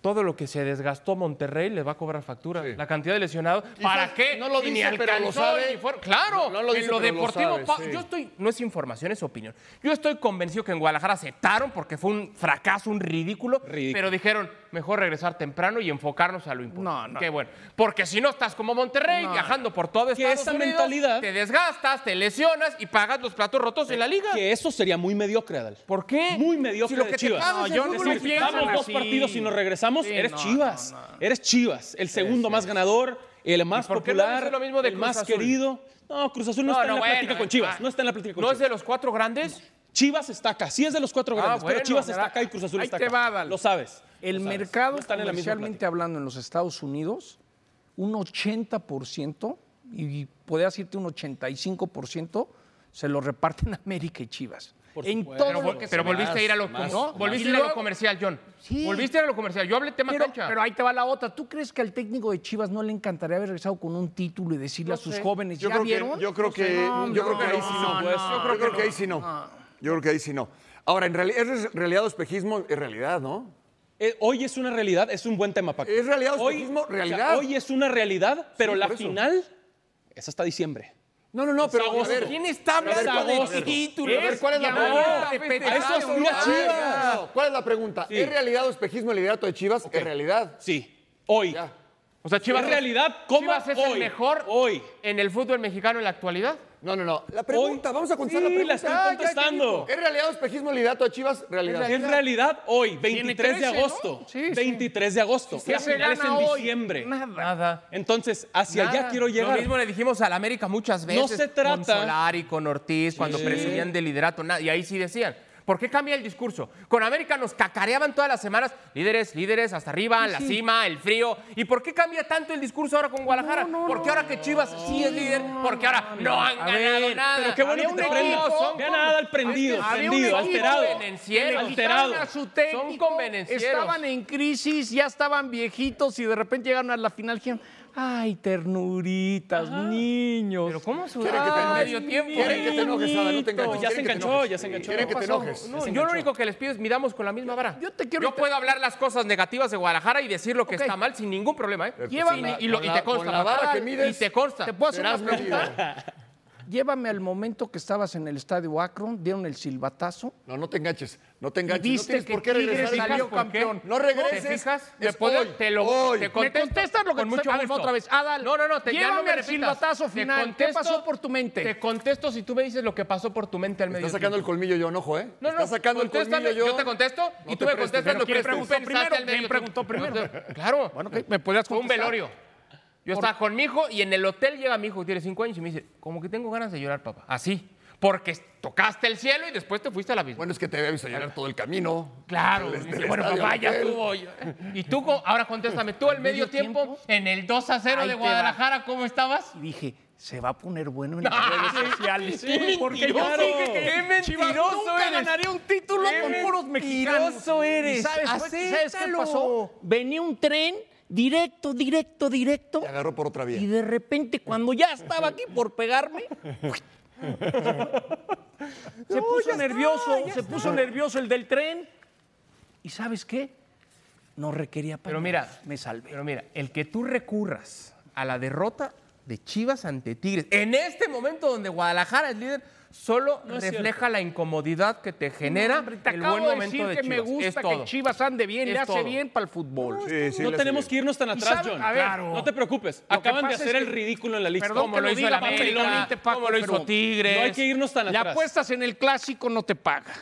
[SPEAKER 2] Todo lo que se desgastó Monterrey le va a cobrar factura. La cantidad de lesionados. ¿Para qué?
[SPEAKER 3] no lo
[SPEAKER 2] Y
[SPEAKER 3] dice, pero lo
[SPEAKER 2] alcanzó,
[SPEAKER 3] sabe.
[SPEAKER 2] ni fueron- Claro,
[SPEAKER 3] No, no lo
[SPEAKER 2] en
[SPEAKER 3] dice,
[SPEAKER 2] lo
[SPEAKER 3] pero lo
[SPEAKER 2] deportivo.
[SPEAKER 3] sabe,
[SPEAKER 2] pa-
[SPEAKER 3] sí.
[SPEAKER 2] Yo estoy, no es información, es opinión. Yo estoy convencido que en Guadalajara aceptaron porque fue un fracaso, un ridículo,
[SPEAKER 4] Ridículo.
[SPEAKER 2] pero dijeron, mejor regresar temprano y enfocarnos a lo importante.
[SPEAKER 5] No, no.
[SPEAKER 2] Qué bueno. Porque si no estás como Monterrey, viajando por todo
[SPEAKER 4] Que
[SPEAKER 2] Estados
[SPEAKER 4] esa
[SPEAKER 2] Unidos,
[SPEAKER 4] mentalidad-
[SPEAKER 2] te desgastas, te lesionas y pagas los platos rotos en la liga.
[SPEAKER 4] Que eso sería muy mediocre, Adal.
[SPEAKER 2] ¿Por qué?
[SPEAKER 4] Muy mediocre
[SPEAKER 2] Si lo
[SPEAKER 4] de
[SPEAKER 2] que te
[SPEAKER 4] Chivas.
[SPEAKER 2] paga
[SPEAKER 5] No,
[SPEAKER 2] es
[SPEAKER 5] yo
[SPEAKER 2] el
[SPEAKER 5] no
[SPEAKER 2] fútbol
[SPEAKER 5] sé
[SPEAKER 4] Si
[SPEAKER 5] si
[SPEAKER 2] piensan
[SPEAKER 5] piensan
[SPEAKER 4] quitamos dos
[SPEAKER 5] así.
[SPEAKER 4] partidos y nos regresamos,
[SPEAKER 5] Sí,
[SPEAKER 4] eres
[SPEAKER 5] no,
[SPEAKER 4] Chivas.
[SPEAKER 5] no, no.
[SPEAKER 4] Eres Chivas, el segundo más ganador, el más
[SPEAKER 2] por qué no
[SPEAKER 4] popular,
[SPEAKER 2] dice lo mismo de
[SPEAKER 4] el
[SPEAKER 2] Cruz
[SPEAKER 4] más
[SPEAKER 2] Azul?
[SPEAKER 4] querido. No, Cruz Azul no, está en la
[SPEAKER 2] bueno,
[SPEAKER 4] plática con
[SPEAKER 2] ah,
[SPEAKER 4] Chivas. No está en la plática con
[SPEAKER 2] ¿No es de
[SPEAKER 4] Chivas.
[SPEAKER 2] los cuatro grandes?
[SPEAKER 4] Chivas está acá. Sí es de los cuatro
[SPEAKER 2] Ah,
[SPEAKER 4] grandes,
[SPEAKER 2] bueno,
[SPEAKER 4] pero Chivas
[SPEAKER 2] ¿verdad?
[SPEAKER 4] está acá y Cruz Azul
[SPEAKER 5] Ahí
[SPEAKER 4] está
[SPEAKER 5] te
[SPEAKER 4] acá.
[SPEAKER 5] va, Adal.
[SPEAKER 4] Lo sabes.
[SPEAKER 5] El
[SPEAKER 4] lo sabes.
[SPEAKER 5] mercado,
[SPEAKER 4] No están en la misma
[SPEAKER 5] comercialmente
[SPEAKER 4] plática.
[SPEAKER 5] hablando, en los Estados Unidos, un 80%, y podría decirte un 85%, se lo reparten a América y Chivas.
[SPEAKER 4] Por
[SPEAKER 5] en
[SPEAKER 4] supuesto.
[SPEAKER 5] todo
[SPEAKER 2] Pero,
[SPEAKER 5] lo que
[SPEAKER 2] vol- pero
[SPEAKER 5] se
[SPEAKER 2] volviste a ir a lo,
[SPEAKER 4] más,
[SPEAKER 2] ¿no?
[SPEAKER 4] más.
[SPEAKER 2] Volviste a
[SPEAKER 5] Y
[SPEAKER 2] ir a lo
[SPEAKER 5] luego-
[SPEAKER 2] comercial, John.
[SPEAKER 6] Sí.
[SPEAKER 2] Volviste a ir a lo comercial. Yo hablé tema
[SPEAKER 5] Pero,
[SPEAKER 2] cancha.
[SPEAKER 5] pero ahí te va la otra. ¿Tú crees que al técnico de Chivas no le encantaría haber regresado con un título y decirle a sus jóvenes,
[SPEAKER 3] Yo
[SPEAKER 5] ¿ya
[SPEAKER 3] creo
[SPEAKER 5] vieron?
[SPEAKER 3] que, yo creo que, yo creo que ahí sí no. Ah. yo creo, que ahí sí no. Yo creo que ahí sí no. Ahora, en realidad, ¿es realidad o espejismo? Es realidad, ¿no?
[SPEAKER 4] Eh, hoy es una realidad, es un buen tema, Paco.
[SPEAKER 3] Es realidad, es
[SPEAKER 4] hoy,
[SPEAKER 3] turismo,
[SPEAKER 4] o sea,
[SPEAKER 3] realidad.
[SPEAKER 4] hoy es una realidad, pero
[SPEAKER 3] Sí,
[SPEAKER 4] la
[SPEAKER 3] por eso.
[SPEAKER 4] final es hasta diciembre.
[SPEAKER 3] No, no, no, pero a ver,
[SPEAKER 2] ¿Quién está
[SPEAKER 4] ver,
[SPEAKER 2] hablando
[SPEAKER 4] ¿cuál es?
[SPEAKER 2] de títulos?
[SPEAKER 5] A ver, ¿cuál es la
[SPEAKER 2] Llamar
[SPEAKER 5] pregunta?
[SPEAKER 2] a
[SPEAKER 5] A
[SPEAKER 4] eso
[SPEAKER 2] festejar,
[SPEAKER 4] aspira
[SPEAKER 2] ¿no?
[SPEAKER 3] a ver,
[SPEAKER 4] Chivas.
[SPEAKER 3] no, ¿Cuál es la pregunta? ¿Es realidad o espejismo el liderato de Chivas? Es realidad.
[SPEAKER 4] Sí, hoy.
[SPEAKER 3] Ya.
[SPEAKER 2] O sea, Chivas
[SPEAKER 4] Es realidad, coma,
[SPEAKER 2] Chivas es el
[SPEAKER 4] hoy,
[SPEAKER 2] mejor
[SPEAKER 4] hoy.
[SPEAKER 2] en el fútbol mexicano en la actualidad.
[SPEAKER 3] No, no, no. La pregunta,
[SPEAKER 4] Hoy.
[SPEAKER 3] vamos a contestar
[SPEAKER 4] Sí, la
[SPEAKER 3] la
[SPEAKER 4] estoy
[SPEAKER 3] pregunta. Ah, ya
[SPEAKER 4] contestando.
[SPEAKER 3] te digo. ¿Es realidad o espejismo el liderato de Chivas? Realidad.
[SPEAKER 4] En realidad, hoy, 23 de
[SPEAKER 5] 13, ¿no?
[SPEAKER 4] agosto.
[SPEAKER 5] Sí, sí.
[SPEAKER 4] 23 de agosto.
[SPEAKER 5] ¿Qué
[SPEAKER 4] La
[SPEAKER 5] se
[SPEAKER 4] final es
[SPEAKER 5] gana
[SPEAKER 4] en
[SPEAKER 5] hoy?
[SPEAKER 4] diciembre.
[SPEAKER 2] Nada.
[SPEAKER 4] Entonces, hacia allá
[SPEAKER 2] Nada.
[SPEAKER 4] quiero llegar.
[SPEAKER 2] Lo mismo le dijimos al América muchas
[SPEAKER 4] No
[SPEAKER 2] veces.
[SPEAKER 4] se trata-
[SPEAKER 2] Con Solari, con Ortiz, cuando presumían de liderato. nada, Y ahí sí decían. ¿Por qué cambia el discurso? Con América nos cacareaban todas las semanas, líderes, líderes, hasta arriba, la cima, el frío. ¿Y por qué cambia tanto el discurso ahora con Guadalajara? Porque ahora que Chivas sí es líder, porque ahora no, han
[SPEAKER 5] A
[SPEAKER 2] ganado
[SPEAKER 5] ver,
[SPEAKER 2] nada.
[SPEAKER 4] Pero qué bueno
[SPEAKER 2] Había
[SPEAKER 4] que te
[SPEAKER 2] un
[SPEAKER 4] prendas.
[SPEAKER 2] equipo, son
[SPEAKER 4] Vean nada al prendido,
[SPEAKER 2] Había un
[SPEAKER 4] prendido,
[SPEAKER 2] equipo
[SPEAKER 4] alterado.
[SPEAKER 2] convenenciero.
[SPEAKER 4] Le alterado.
[SPEAKER 5] quitaron a su técnico,
[SPEAKER 2] Son convenencieros.
[SPEAKER 5] estaban en crisis, ya estaban viejitos y de repente llegaron a la final. dijeron, ay, ternuritas, niños.
[SPEAKER 2] Pero ¿cómo su
[SPEAKER 3] Quieren que te
[SPEAKER 2] Ay,
[SPEAKER 3] enojes.
[SPEAKER 2] medio tiempo?
[SPEAKER 3] Quieren que te enojes, Ada, no te enganches.
[SPEAKER 4] Ya se
[SPEAKER 3] Quieren que te
[SPEAKER 4] enganchó,
[SPEAKER 3] enojes.
[SPEAKER 4] ya se enganchó.
[SPEAKER 3] Quieren que te
[SPEAKER 4] Pasó.
[SPEAKER 3] enojes.
[SPEAKER 2] No, yo lo único que les pido es miramos con la misma vara. Yo te quiero. Yo puedo hablar las cosas negativas de Guadalajara y decir lo que está mal sin ningún problema, ¿eh?
[SPEAKER 3] Llévame-
[SPEAKER 2] Sin- y, lo- y
[SPEAKER 3] con la-
[SPEAKER 2] te consta.
[SPEAKER 3] con la vara que mides,
[SPEAKER 2] y te consta.
[SPEAKER 5] Te puedo hacer una
[SPEAKER 3] Serás medido.
[SPEAKER 5] Llévame al momento que estabas en el estadio Akron, dieron el silbatazo.
[SPEAKER 3] No, no te enganches. No te enganches.
[SPEAKER 5] viste
[SPEAKER 3] no tienes
[SPEAKER 5] que
[SPEAKER 3] por qué regresar.
[SPEAKER 5] Tigres salió
[SPEAKER 3] ¿Por qué?
[SPEAKER 5] campeón.
[SPEAKER 3] No
[SPEAKER 2] regreses.
[SPEAKER 3] regreses.
[SPEAKER 2] ¿Te fijas?
[SPEAKER 3] Es
[SPEAKER 2] Te, puedo-
[SPEAKER 3] hoy.
[SPEAKER 2] te lo
[SPEAKER 3] Hoy.
[SPEAKER 2] te
[SPEAKER 5] Me
[SPEAKER 2] contesto
[SPEAKER 5] contestas lo
[SPEAKER 2] con
[SPEAKER 5] que te
[SPEAKER 2] mucho
[SPEAKER 5] estoy- a ver,
[SPEAKER 2] gusto.
[SPEAKER 5] otra vez, Adal,
[SPEAKER 2] No, no, no. Te, ya
[SPEAKER 5] llévame
[SPEAKER 2] no me
[SPEAKER 5] al
[SPEAKER 2] repitas.
[SPEAKER 5] silbatazo
[SPEAKER 2] Te
[SPEAKER 5] final. ¿Qué pasó por tu mente?
[SPEAKER 2] Te contesto si tú me dices lo que pasó por tu mente al medio.
[SPEAKER 3] Está sacando el colmillo yo, no, ojo, ¿eh?
[SPEAKER 2] No, no,
[SPEAKER 3] está sacando el
[SPEAKER 2] contéstame,
[SPEAKER 3] colmillo yo.
[SPEAKER 2] yo te contesto y tú me contestas lo que tú pensaste al medio tiempo. Entonces, Claro.
[SPEAKER 5] Bueno, ¿qué? ¿me podías
[SPEAKER 2] Fue un
[SPEAKER 5] contestar?
[SPEAKER 2] velorio. Yo estaba con mi hijo y en el hotel llega mi hijo, tiene cinco años, y me dice, como que tengo ganas de llorar, papá. Así. Porque tocaste el cielo y después te fuiste a la vida.
[SPEAKER 3] Bueno, es que te había visto llegar todo el camino.
[SPEAKER 2] claro.
[SPEAKER 3] el-
[SPEAKER 2] Y dice,
[SPEAKER 3] el
[SPEAKER 2] bueno,
[SPEAKER 3] estadio
[SPEAKER 2] papá, ya
[SPEAKER 3] hotel".
[SPEAKER 2] estuvo. Y tú, co- ahora contéstame, tú al medio tiempo, en el 2 a 0
[SPEAKER 5] Ahí
[SPEAKER 2] de
[SPEAKER 5] te
[SPEAKER 2] Guadalajara, ¿cómo estabas?
[SPEAKER 5] Y dije, se va a poner bueno en las redes sociales.
[SPEAKER 4] sí,
[SPEAKER 5] porque yo
[SPEAKER 4] claro.
[SPEAKER 5] dije que
[SPEAKER 2] Qué
[SPEAKER 5] Chivas
[SPEAKER 2] mentiroso
[SPEAKER 5] nunca
[SPEAKER 2] eres.
[SPEAKER 5] ganaría un título
[SPEAKER 2] Qué
[SPEAKER 5] con puros mexicanos.
[SPEAKER 2] mentiroso eres.
[SPEAKER 5] ¿Y ¿Sabes, pues, ¿Sabes qué
[SPEAKER 2] Acéptalo.
[SPEAKER 5] pasó? Venía un tren directo, directo, directo.
[SPEAKER 3] Te agarró por otra vía.
[SPEAKER 5] Y de repente, cuando ya estaba aquí por pegarme, se puso nervioso, se puso nervioso el del tren. ¿Y sabes qué? No requería
[SPEAKER 2] Pero
[SPEAKER 5] pañuelos.
[SPEAKER 2] mira,
[SPEAKER 5] me salvé.
[SPEAKER 2] Pero mira, el que tú recurras a la derrota de Chivas ante Tigres, en este momento donde Guadalajara es líder, solo refleja la incomodidad que te genera
[SPEAKER 5] No, hombre, te
[SPEAKER 2] el
[SPEAKER 5] acabo
[SPEAKER 2] buen
[SPEAKER 5] de
[SPEAKER 2] momento
[SPEAKER 5] decir
[SPEAKER 2] de
[SPEAKER 5] que
[SPEAKER 2] Chivas.
[SPEAKER 5] me
[SPEAKER 2] Es
[SPEAKER 5] gusta que
[SPEAKER 2] todo.
[SPEAKER 5] Chivas ande bien,
[SPEAKER 2] Es
[SPEAKER 5] le hace
[SPEAKER 2] todo.
[SPEAKER 5] bien para el fútbol.
[SPEAKER 4] No tenemos que irnos tan atrás,
[SPEAKER 5] sabe-
[SPEAKER 4] John.
[SPEAKER 5] a ver,
[SPEAKER 4] no te preocupes.
[SPEAKER 5] lo que
[SPEAKER 4] Acaban de
[SPEAKER 5] pasa es
[SPEAKER 4] hacer el
[SPEAKER 5] que-
[SPEAKER 4] ridículo en la lista.
[SPEAKER 5] Perdón
[SPEAKER 2] Como
[SPEAKER 5] que
[SPEAKER 2] lo
[SPEAKER 5] lo
[SPEAKER 2] hizo
[SPEAKER 5] diga,
[SPEAKER 2] la
[SPEAKER 5] papelón,
[SPEAKER 2] América,
[SPEAKER 5] te pago,
[SPEAKER 2] como lo hizo
[SPEAKER 5] pero
[SPEAKER 2] Tigres.
[SPEAKER 4] no hay que irnos tan
[SPEAKER 5] Le
[SPEAKER 4] atrás.
[SPEAKER 5] apuestas en el clásico, no te paga.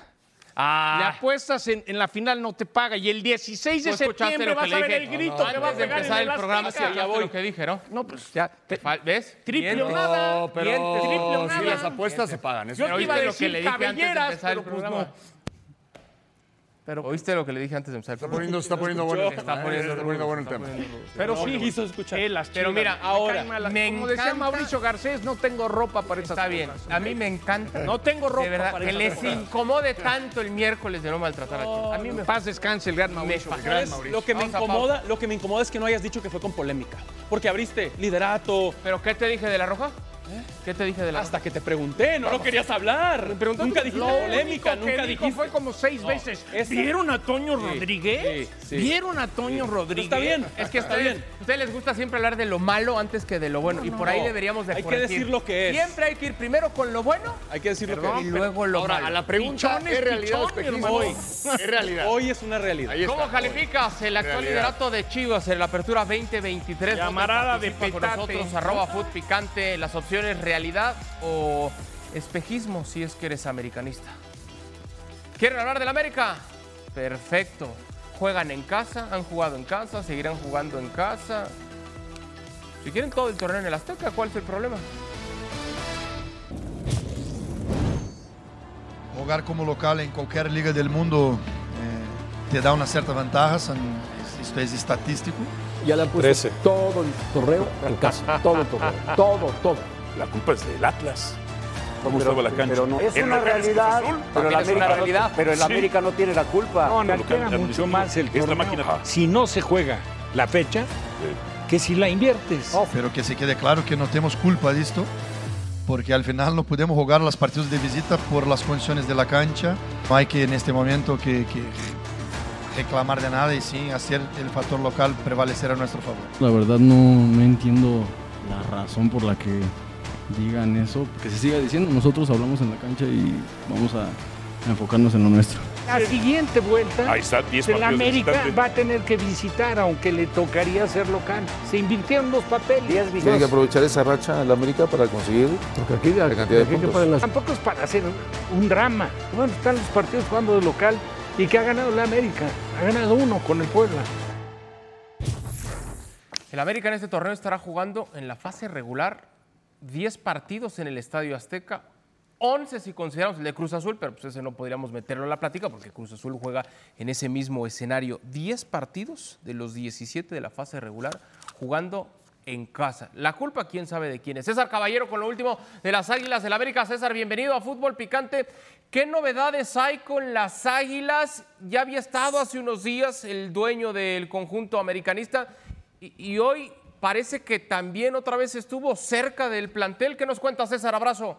[SPEAKER 5] Le
[SPEAKER 2] Ah,
[SPEAKER 5] apuestas en, en la final, no te paga. Y el 16 de
[SPEAKER 2] ¿no escuchaste
[SPEAKER 5] septiembre
[SPEAKER 2] lo que
[SPEAKER 5] vas a
[SPEAKER 2] le
[SPEAKER 5] ver el
[SPEAKER 2] dije?
[SPEAKER 5] grito.
[SPEAKER 2] Antes
[SPEAKER 5] que va a
[SPEAKER 2] de
[SPEAKER 5] pegar en
[SPEAKER 2] empezar el
[SPEAKER 5] Azteca.
[SPEAKER 2] programa, sí, ya voy. lo que dije, ¿no?
[SPEAKER 5] No, pues ya. te-
[SPEAKER 2] Fal- ¿Ves?
[SPEAKER 5] Triple
[SPEAKER 2] Mientes.
[SPEAKER 5] nada.
[SPEAKER 2] Oh,
[SPEAKER 3] No, pero
[SPEAKER 2] Mientes, triple
[SPEAKER 3] si
[SPEAKER 2] nada.
[SPEAKER 3] las apuestas se pagan. Eso
[SPEAKER 5] Yo
[SPEAKER 2] Pero
[SPEAKER 5] te
[SPEAKER 3] es
[SPEAKER 5] iba a
[SPEAKER 2] ¿oíste lo
[SPEAKER 5] decir
[SPEAKER 2] que le dije antes de
[SPEAKER 5] cabelleras,
[SPEAKER 2] empezar el
[SPEAKER 5] pero pues
[SPEAKER 2] programa?
[SPEAKER 5] no. Pero,
[SPEAKER 2] ¿Oíste lo que le dije antes de empezar el programa?
[SPEAKER 3] poniendo, está poniendo bueno el tema. Está poniendo, bueno el tema.
[SPEAKER 5] pero
[SPEAKER 4] No
[SPEAKER 5] sí.
[SPEAKER 4] quiso escuchar.
[SPEAKER 5] Eh, las
[SPEAKER 2] Pero
[SPEAKER 5] chivas,
[SPEAKER 2] mira,
[SPEAKER 5] me
[SPEAKER 2] ahora,
[SPEAKER 5] caen mal las-
[SPEAKER 2] me
[SPEAKER 5] como decía
[SPEAKER 2] encanta-
[SPEAKER 5] Mauricio Garcés, no tengo ropa para esas
[SPEAKER 2] Está bien,
[SPEAKER 5] cosas.
[SPEAKER 2] a mí me encanta.
[SPEAKER 5] No tengo ropa
[SPEAKER 2] De verdad,
[SPEAKER 5] para
[SPEAKER 2] que
[SPEAKER 5] esas
[SPEAKER 2] les
[SPEAKER 5] cosas.
[SPEAKER 2] incomode tanto el miércoles de no maltratar a Chivas. A mí me
[SPEAKER 5] En paz descanse el gran Mauricio.
[SPEAKER 2] fascina.
[SPEAKER 4] ¿Sabes? Lo que me
[SPEAKER 2] Vamos a
[SPEAKER 4] incomoda, lo que me incomoda es que no hayas dicho que fue con polémica, porque abriste liderato
[SPEAKER 2] ¿Pero qué te dije de la roja?
[SPEAKER 5] ¿Eh?
[SPEAKER 2] ¿Qué te dije de la roja?
[SPEAKER 4] hasta que te pregunté, no lo querías hablar. nunca dijiste
[SPEAKER 5] Lo
[SPEAKER 4] polémica,
[SPEAKER 5] único que
[SPEAKER 4] nunca
[SPEAKER 5] dijo
[SPEAKER 4] dijiste.
[SPEAKER 5] Fue como seis veces.
[SPEAKER 4] esa-
[SPEAKER 5] ¿Vieron a Toño Rodríguez?
[SPEAKER 4] sí, sí.
[SPEAKER 5] ¿Vieron a Toño Rodríguez?
[SPEAKER 4] Está bien.
[SPEAKER 2] Es que a
[SPEAKER 4] está
[SPEAKER 2] ustedes,
[SPEAKER 4] bien.
[SPEAKER 2] a ustedes les gusta siempre hablar de lo malo antes que de lo bueno. y por ahí
[SPEAKER 4] no.
[SPEAKER 2] deberíamos de
[SPEAKER 4] Hay que
[SPEAKER 2] corregir.
[SPEAKER 4] decir lo que es.
[SPEAKER 2] Siempre hay que ir primero con lo bueno
[SPEAKER 4] Hay que decir lo que
[SPEAKER 2] y
[SPEAKER 4] dijo.
[SPEAKER 2] luego lo
[SPEAKER 3] Ahora,
[SPEAKER 2] malo.
[SPEAKER 3] a la pregunta,
[SPEAKER 5] Pichones,
[SPEAKER 3] ¿es realidad o
[SPEAKER 5] pichón,
[SPEAKER 3] espejismo?
[SPEAKER 4] hermano.
[SPEAKER 3] Es realidad.
[SPEAKER 4] Hoy es una realidad.
[SPEAKER 3] Ahí está.
[SPEAKER 2] ¿Cómo calificas el actual
[SPEAKER 3] Realidad.
[SPEAKER 2] liderato de Chivas en la apertura 2023?
[SPEAKER 5] Llamarada de
[SPEAKER 2] Participa con
[SPEAKER 5] petate.
[SPEAKER 2] nosotros, arroba food picante. Las opciones realidad o espejismo, si es que eres americanista. ¿Quieren hablar del América? Perfecto. Juegan en casa, han jugado en casa, seguirán jugando en casa. Si quieren todo el torneo en el Azteca, ¿cuál es el problema?
[SPEAKER 10] Jogar como local em qualquer liga do mundo eh, te dá uma certa vantagem, são- isso é estatístico.
[SPEAKER 11] Ya le han puesto todo el torneo en casa. Todo el torneo. Todo, todo.
[SPEAKER 1] La culpa es del Atlas. ¿Cómo estaba la cancha?
[SPEAKER 11] Pero no, es una realidad. Pero el
[SPEAKER 2] También es una
[SPEAKER 11] América,
[SPEAKER 2] realidad.
[SPEAKER 11] No, pero el
[SPEAKER 1] Sí.
[SPEAKER 11] América no tiene la culpa.
[SPEAKER 1] me altera mucho más el torneo.
[SPEAKER 11] Si no se juega la fecha, que si la inviertes.
[SPEAKER 10] Pero que se quede claro que não temos culpa disto, porque al final não podemos jogar os partidos de visita por las condições de la cancha. Não hay que neste momento que, que reclamar de nada e sim fazer o fator local prevalecer a nosso favor.
[SPEAKER 11] La verdad no, no entiendo la razón por la que digan eso, que se siga diciendo. Nosotros hablamos en la cancha y vamos a enfocarnos en lo nuestro. La siguiente vuelta,
[SPEAKER 1] Ahí está, 10
[SPEAKER 11] el
[SPEAKER 1] partidos de
[SPEAKER 11] América
[SPEAKER 1] visitante.
[SPEAKER 11] va a tener que visitar, aunque le tocaría ser local. Se invirtieron los papeles.
[SPEAKER 10] Tiene que aprovechar esa racha el América para conseguir la cantidad de puntos.
[SPEAKER 11] Tampoco es para hacer un drama. Bueno, están los partidos jugando de local y que ha ganado la América. Ha ganado uno con el Puebla.
[SPEAKER 2] El América en este torneo estará jugando en la fase regular 10 partidos en el Estadio Azteca, 11 si consideramos el de Cruz Azul, pero pues ese no podríamos meterlo en la plática porque Cruz Azul juega en ese mismo escenario. 10 partidos de los 17 de la fase regular jugando en casa. La culpa quién sabe de quién es. César Caballero con lo último de las Águilas del América. César, bienvenido a Fútbol Picante. ¿Qué novedades hay con las Águilas? Ya había estado hace unos días el dueño del conjunto americanista y, y hoy parece que también otra vez estuvo cerca del plantel. ¿Qué nos cuenta César? Abrazo.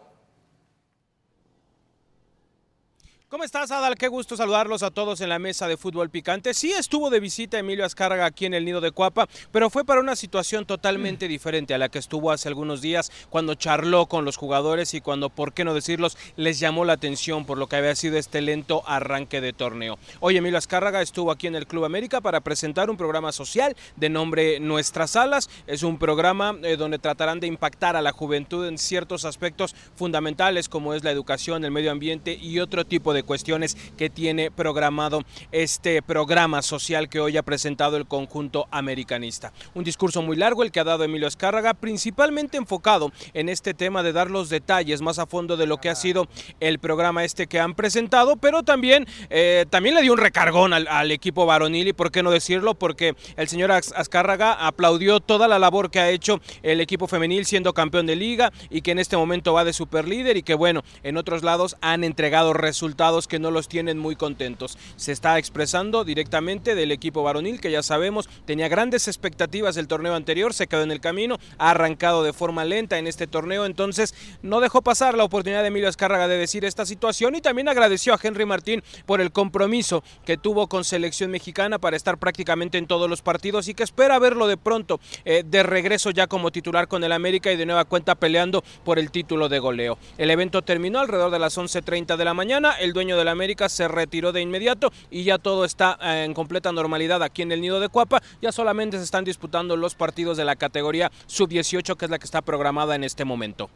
[SPEAKER 4] ¿Cómo estás, Adal? Qué gusto saludarlos a todos en la mesa de fútbol picante. Sí estuvo de visita Emilio Azcárraga aquí en el Nido de Cuapa, pero fue para una situación totalmente
[SPEAKER 5] Mm.
[SPEAKER 4] diferente a la que estuvo hace algunos días cuando charló con los jugadores y cuando, por qué no decirlos, les llamó la atención por lo que había sido este lento arranque de torneo. Hoy Emilio Azcárraga estuvo aquí en el Club América para presentar un programa social de nombre Nuestras Alas. Es un programa eh, donde tratarán de impactar a la juventud en ciertos aspectos fundamentales como es la educación, el medio ambiente y otro tipo de cuestiones que tiene programado este programa social que hoy ha presentado el conjunto americanista. Un discurso muy largo el que ha dado Emilio Escárraga, principalmente enfocado en este tema de dar los detalles más a fondo de lo que ha sido el programa este que han presentado, pero también, eh, también le dio un recargón al, al equipo varonil y por qué no decirlo, porque el señor Azcárraga aplaudió toda la labor que ha hecho el equipo femenil siendo campeón de liga y que en este momento va de superlíder y que bueno, en otros lados han entregado resultados que no los tienen muy contentos. Se está expresando directamente del equipo varonil que ya sabemos tenía grandes expectativas el torneo anterior, se quedó en el camino, ha arrancado de forma lenta en este torneo, entonces no dejó pasar la oportunidad de Emilio Azcárraga de decir esta situación y también agradeció a Henry Martín por el compromiso que tuvo con selección mexicana para estar prácticamente en todos los partidos y que espera verlo de pronto eh, de regreso ya como titular con el América y de nueva cuenta peleando por el título de goleo. El evento terminó alrededor de las 11.30 de la mañana, el dueño del América se retiró de inmediato y ya todo está eh, en completa normalidad aquí en el nido de Cuapa. Ya solamente se están disputando los partidos de la categoría sub-18, que es la que está programada en este momento.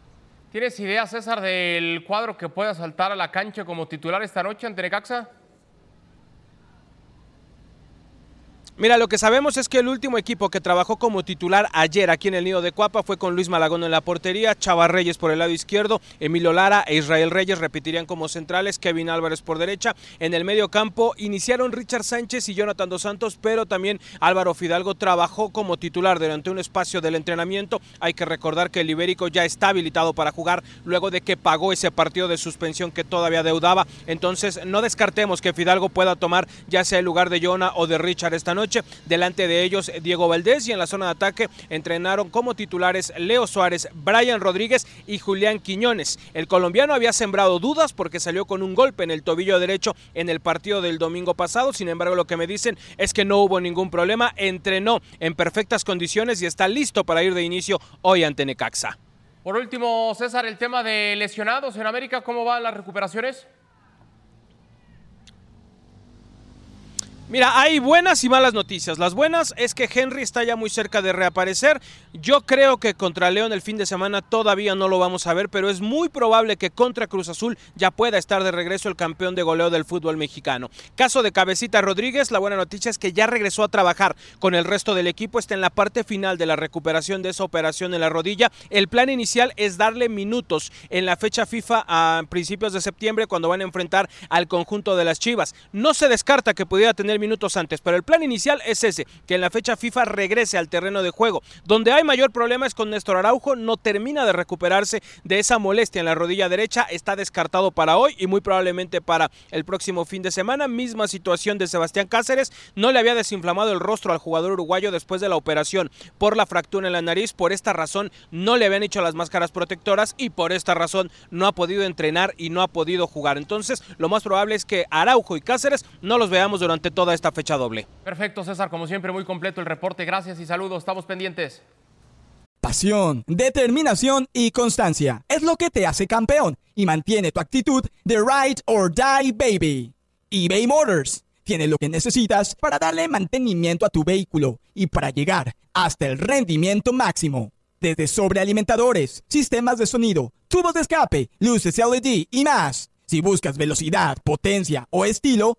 [SPEAKER 2] ¿Tienes idea, César, del cuadro que pueda saltar a la cancha como titular esta noche ante Necaxa?
[SPEAKER 4] Mira, lo que sabemos es que el último equipo que trabajó como titular ayer aquí en el Nido de Cuapa fue con Luis Malagón en la portería, Chava Reyes por el lado izquierdo, Emilio Lara e Israel Reyes repetirían como centrales, Kevin Álvarez por derecha. En el medio campo iniciaron Richard Sánchez y Jonathan Dos Santos, pero también Álvaro Fidalgo trabajó como titular durante un espacio del entrenamiento. Hay que recordar que el Ibérico ya está habilitado para jugar luego de que pagó ese partido de suspensión que todavía deudaba. Entonces, no descartemos que Fidalgo pueda tomar ya sea el lugar de Jonah o de Richard esta noche. Noche. Delante de ellos, Diego Valdés y en la zona de ataque entrenaron como titulares Leo Suárez, Brian Rodríguez y Julián Quiñones. El colombiano había sembrado dudas porque salió con un golpe en el tobillo derecho en el partido del domingo pasado. Sin embargo, lo que me dicen es que no hubo ningún problema. Entrenó en perfectas condiciones y está listo para ir de inicio hoy ante Necaxa.
[SPEAKER 2] Por último, César, el tema de lesionados en América, ¿cómo van las recuperaciones?
[SPEAKER 4] Mira, hay buenas y malas noticias. Las buenas es que Henry está ya muy cerca de reaparecer. Yo creo que contra León el fin de semana todavía no lo vamos a ver, pero es muy probable que contra Cruz Azul ya pueda estar de regreso el campeón de goleo del fútbol mexicano. Caso de Cabecita Rodríguez, la buena noticia es que ya regresó a trabajar con el resto del equipo. Está en la parte final de la recuperación de esa operación en la rodilla. El plan inicial es darle minutos en la fecha FIFA a principios de septiembre cuando van a enfrentar al conjunto de las Chivas. No se descarta que pudiera tener minutos antes, pero el plan inicial es ese, que en la fecha FIFA regrese al terreno de juego. Donde hay mayor problema es con Néstor Araujo, no termina de recuperarse de esa molestia en la rodilla derecha, está descartado para hoy y muy probablemente para el próximo fin de semana. Misma situación de Sebastián Cáceres, no le había desinflamado el rostro al jugador uruguayo después de la operación por la fractura en la nariz, por esta razón no le habían hecho las máscaras protectoras y por esta razón no ha podido entrenar y no ha podido jugar. Entonces, lo más probable es que Araujo y Cáceres no los veamos durante todo toda esta fecha doble.
[SPEAKER 2] Perfecto, César, como siempre, muy completo el reporte. Gracias y saludos, estamos pendientes.
[SPEAKER 5] Pasión, determinación y constancia es lo que te hace campeón y mantiene tu actitud de ride or die, baby. eBay Motors tiene lo que necesitas para darle mantenimiento a tu vehículo y para llegar hasta el rendimiento máximo. Desde sobrealimentadores, sistemas de sonido, tubos de escape, luces LED y más. Si buscas velocidad, potencia o estilo,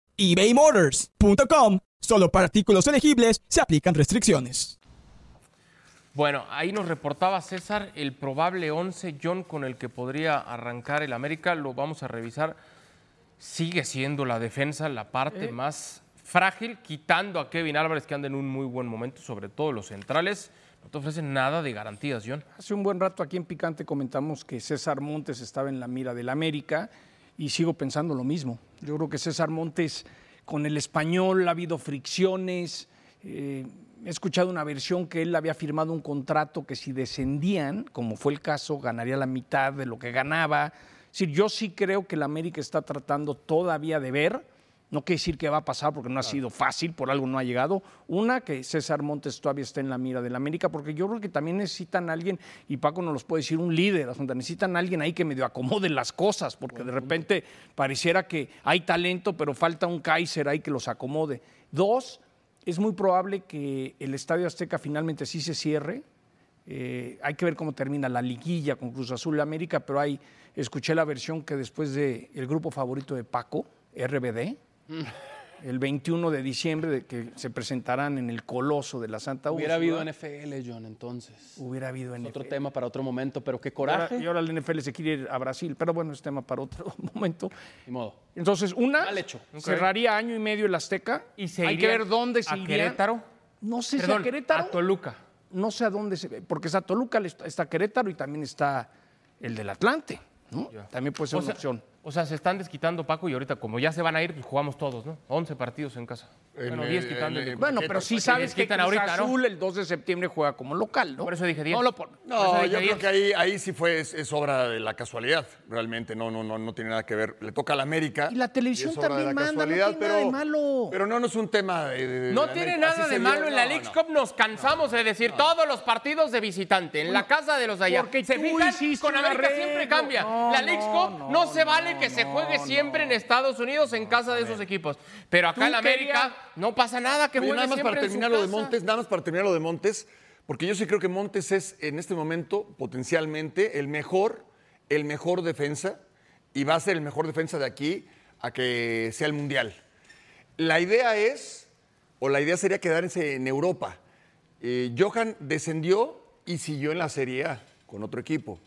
[SPEAKER 5] ebaymotors.com. Solo para artículos elegibles se aplican restricciones.
[SPEAKER 2] Bueno, ahí nos reportaba César el probable 11 John con el que podría arrancar el América. Lo vamos a revisar. Sigue siendo la defensa la parte
[SPEAKER 5] Eh.
[SPEAKER 2] más frágil, quitando a Kevin Álvarez que anda en un muy buen momento, sobre todo los centrales. No te ofrecen nada de garantías, John.
[SPEAKER 5] Hace un buen rato aquí en Picante comentamos que César Montes estaba en la mira del América y sigo pensando lo mismo. Yo creo que César Montes con el español ha habido fricciones. eh, he escuchado una versión que él había firmado un contrato que si descendían, como fue el caso, ganaría la mitad de lo que ganaba. Es decir, yo sí creo que el América está tratando todavía de ver no quiere decir que va a pasar porque no ha sido fácil, por algo no ha llegado. Una, que César Montes todavía está en la mira del América, porque yo creo que también necesitan a alguien, y Paco nos los puede decir, un líder, o sea, necesitan a alguien ahí que medio acomode las cosas, porque de repente pareciera que hay talento, pero falta un Kaiser ahí que los acomode. Dos, es muy probable que el Estadio Azteca finalmente sí se cierre, eh, hay que ver cómo termina la liguilla con Cruz Azul América, pero ahí escuché la versión que después del el grupo favorito de Paco, RBD,
[SPEAKER 4] Mm.
[SPEAKER 5] el 21 de diciembre, de que se presentarán en el Coloso de la Santa
[SPEAKER 4] Hubiera
[SPEAKER 5] Úrsula.
[SPEAKER 4] habido NFL, John, entonces.
[SPEAKER 5] Hubiera habido NFL.
[SPEAKER 4] Otro tema para otro momento, pero qué
[SPEAKER 5] Y ahora-
[SPEAKER 4] coraje.
[SPEAKER 5] Y ahora, el NFL se quiere ir a Brasil, pero bueno, es tema para otro momento. modo. Entonces, una cerraría año y medio el Azteca.
[SPEAKER 2] Y se
[SPEAKER 5] Hay que
[SPEAKER 2] irían
[SPEAKER 5] ver dónde se
[SPEAKER 2] a
[SPEAKER 5] iría.
[SPEAKER 2] Querétaro.
[SPEAKER 5] No sé si
[SPEAKER 2] Perdón,
[SPEAKER 5] a Querétaro.
[SPEAKER 2] a Toluca.
[SPEAKER 5] No sé a dónde se. Porque está Toluca, le está- está Querétaro y también está el del Atlante. ¿no? También puede ser
[SPEAKER 2] O
[SPEAKER 5] una
[SPEAKER 2] sea-
[SPEAKER 5] opción.
[SPEAKER 2] O sea, se están desquitando Paco y ahorita como ya se van a ir, pues jugamos todos, ¿no? 11 partidos en casa.
[SPEAKER 5] En
[SPEAKER 2] bueno,
[SPEAKER 5] el-
[SPEAKER 2] 10 quitando.
[SPEAKER 5] en el- Bueno, pero sí
[SPEAKER 2] Pues
[SPEAKER 5] sabes que Cruz Azul el 2 de septiembre juega como local, ¿no?
[SPEAKER 2] Por eso dije 10.
[SPEAKER 5] No, lo pon-
[SPEAKER 2] Por eso
[SPEAKER 3] No,
[SPEAKER 2] dije
[SPEAKER 3] yo creo
[SPEAKER 2] 10.
[SPEAKER 3] que ahí, ahí sí fue, es, es obra de la casualidad, realmente, no, no, no, no tiene nada que ver. Le toca a la América.
[SPEAKER 5] Y la televisión
[SPEAKER 3] es obra de
[SPEAKER 5] también
[SPEAKER 3] la
[SPEAKER 5] manda, no
[SPEAKER 3] casualidad,
[SPEAKER 5] tiene nada de malo.
[SPEAKER 3] Pero no, no es un tema de... de- de
[SPEAKER 2] No
[SPEAKER 3] la
[SPEAKER 2] tiene
[SPEAKER 3] América.
[SPEAKER 2] nada
[SPEAKER 3] Así
[SPEAKER 2] de
[SPEAKER 3] se
[SPEAKER 2] malo
[SPEAKER 3] dio,
[SPEAKER 2] en la
[SPEAKER 3] no,
[SPEAKER 2] Leagues
[SPEAKER 3] no.
[SPEAKER 2] Cup. Nos cansamos de decir todos los partidos de visitante en la casa de los de allá.
[SPEAKER 5] porque
[SPEAKER 2] se
[SPEAKER 5] tú
[SPEAKER 2] fijan,
[SPEAKER 5] hiciste
[SPEAKER 2] con
[SPEAKER 5] un
[SPEAKER 2] América
[SPEAKER 5] arreglo.
[SPEAKER 2] siempre cambia.
[SPEAKER 5] No,
[SPEAKER 2] la Leagues
[SPEAKER 5] no,
[SPEAKER 2] Cup
[SPEAKER 5] no,
[SPEAKER 2] no, se vale que se juegue siempre en Estados Unidos en casa de esos equipos. Pero acá
[SPEAKER 3] Tú
[SPEAKER 2] en América
[SPEAKER 3] querías-
[SPEAKER 2] no pasa nada que
[SPEAKER 3] Oye,
[SPEAKER 2] juegue
[SPEAKER 3] nada más
[SPEAKER 2] siempre
[SPEAKER 3] para
[SPEAKER 2] en su
[SPEAKER 3] terminar lo de
[SPEAKER 2] casa.
[SPEAKER 3] Montes, nada más para terminar lo de Montes, porque yo sí creo que Montes es en este momento potencialmente el mejor, el mejor defensa y va a ser el mejor defensa de aquí a que sea el mundial. La idea es, o la idea sería quedarse en Europa. Eh, Johan descendió y siguió en la Serie A con otro equipo.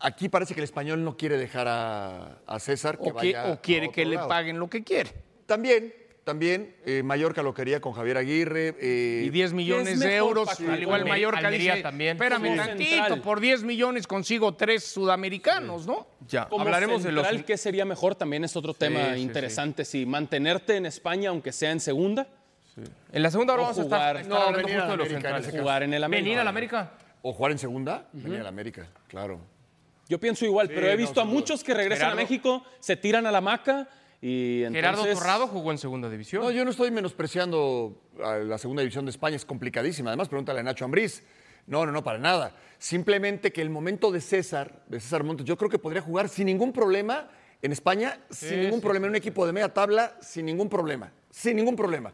[SPEAKER 3] Aquí parece que el español no quiere dejar a, a César que
[SPEAKER 5] O, que-
[SPEAKER 3] vaya
[SPEAKER 5] o quiere
[SPEAKER 3] a
[SPEAKER 5] que
[SPEAKER 3] otro
[SPEAKER 5] le
[SPEAKER 3] lado.
[SPEAKER 5] paguen lo que quiere.
[SPEAKER 3] También, también, eh, Mallorca lo quería con Javier Aguirre. eh,
[SPEAKER 5] Y 10 millones de euros, al igual Mallorca
[SPEAKER 2] Almería
[SPEAKER 5] dice,
[SPEAKER 2] también.
[SPEAKER 5] espérame
[SPEAKER 2] Sí.
[SPEAKER 5] tantito,
[SPEAKER 2] Central.
[SPEAKER 5] por 10 millones consigo tres sudamericanos, ¿no?
[SPEAKER 2] Ya,
[SPEAKER 4] Como central, ¿qué sería mejor? También es otro tema
[SPEAKER 5] sí,
[SPEAKER 4] interesante. Si mantenerte en España, aunque sea en segunda.
[SPEAKER 2] En la segunda hora
[SPEAKER 4] o
[SPEAKER 2] vamos a estar-
[SPEAKER 4] jugar-
[SPEAKER 2] estar hablando justo de los centrales.
[SPEAKER 4] Jugar en el América.
[SPEAKER 2] Venir al América.
[SPEAKER 3] O jugar en segunda, venía al América, claro.
[SPEAKER 4] Yo pienso igual,
[SPEAKER 3] Sí,
[SPEAKER 4] pero he
[SPEAKER 3] no,
[SPEAKER 4] visto a
[SPEAKER 3] sin duda.
[SPEAKER 4] muchos que regresan
[SPEAKER 3] Gerardo-
[SPEAKER 4] a México, se tiran a la maca y entonces...
[SPEAKER 2] Gerardo Torrado jugó en segunda división.
[SPEAKER 3] No, yo no estoy menospreciando a la segunda división de España, es complicadísima. Además, pregúntale a Nacho Ambriz. No, no, no, para nada. Simplemente que el momento de César, de César Montes, yo creo que podría jugar sin ningún problema en España,
[SPEAKER 5] Sí,
[SPEAKER 3] sin ningún
[SPEAKER 5] sí,
[SPEAKER 3] problema en un equipo de media tabla, sin ningún problema. Sin ningún problema.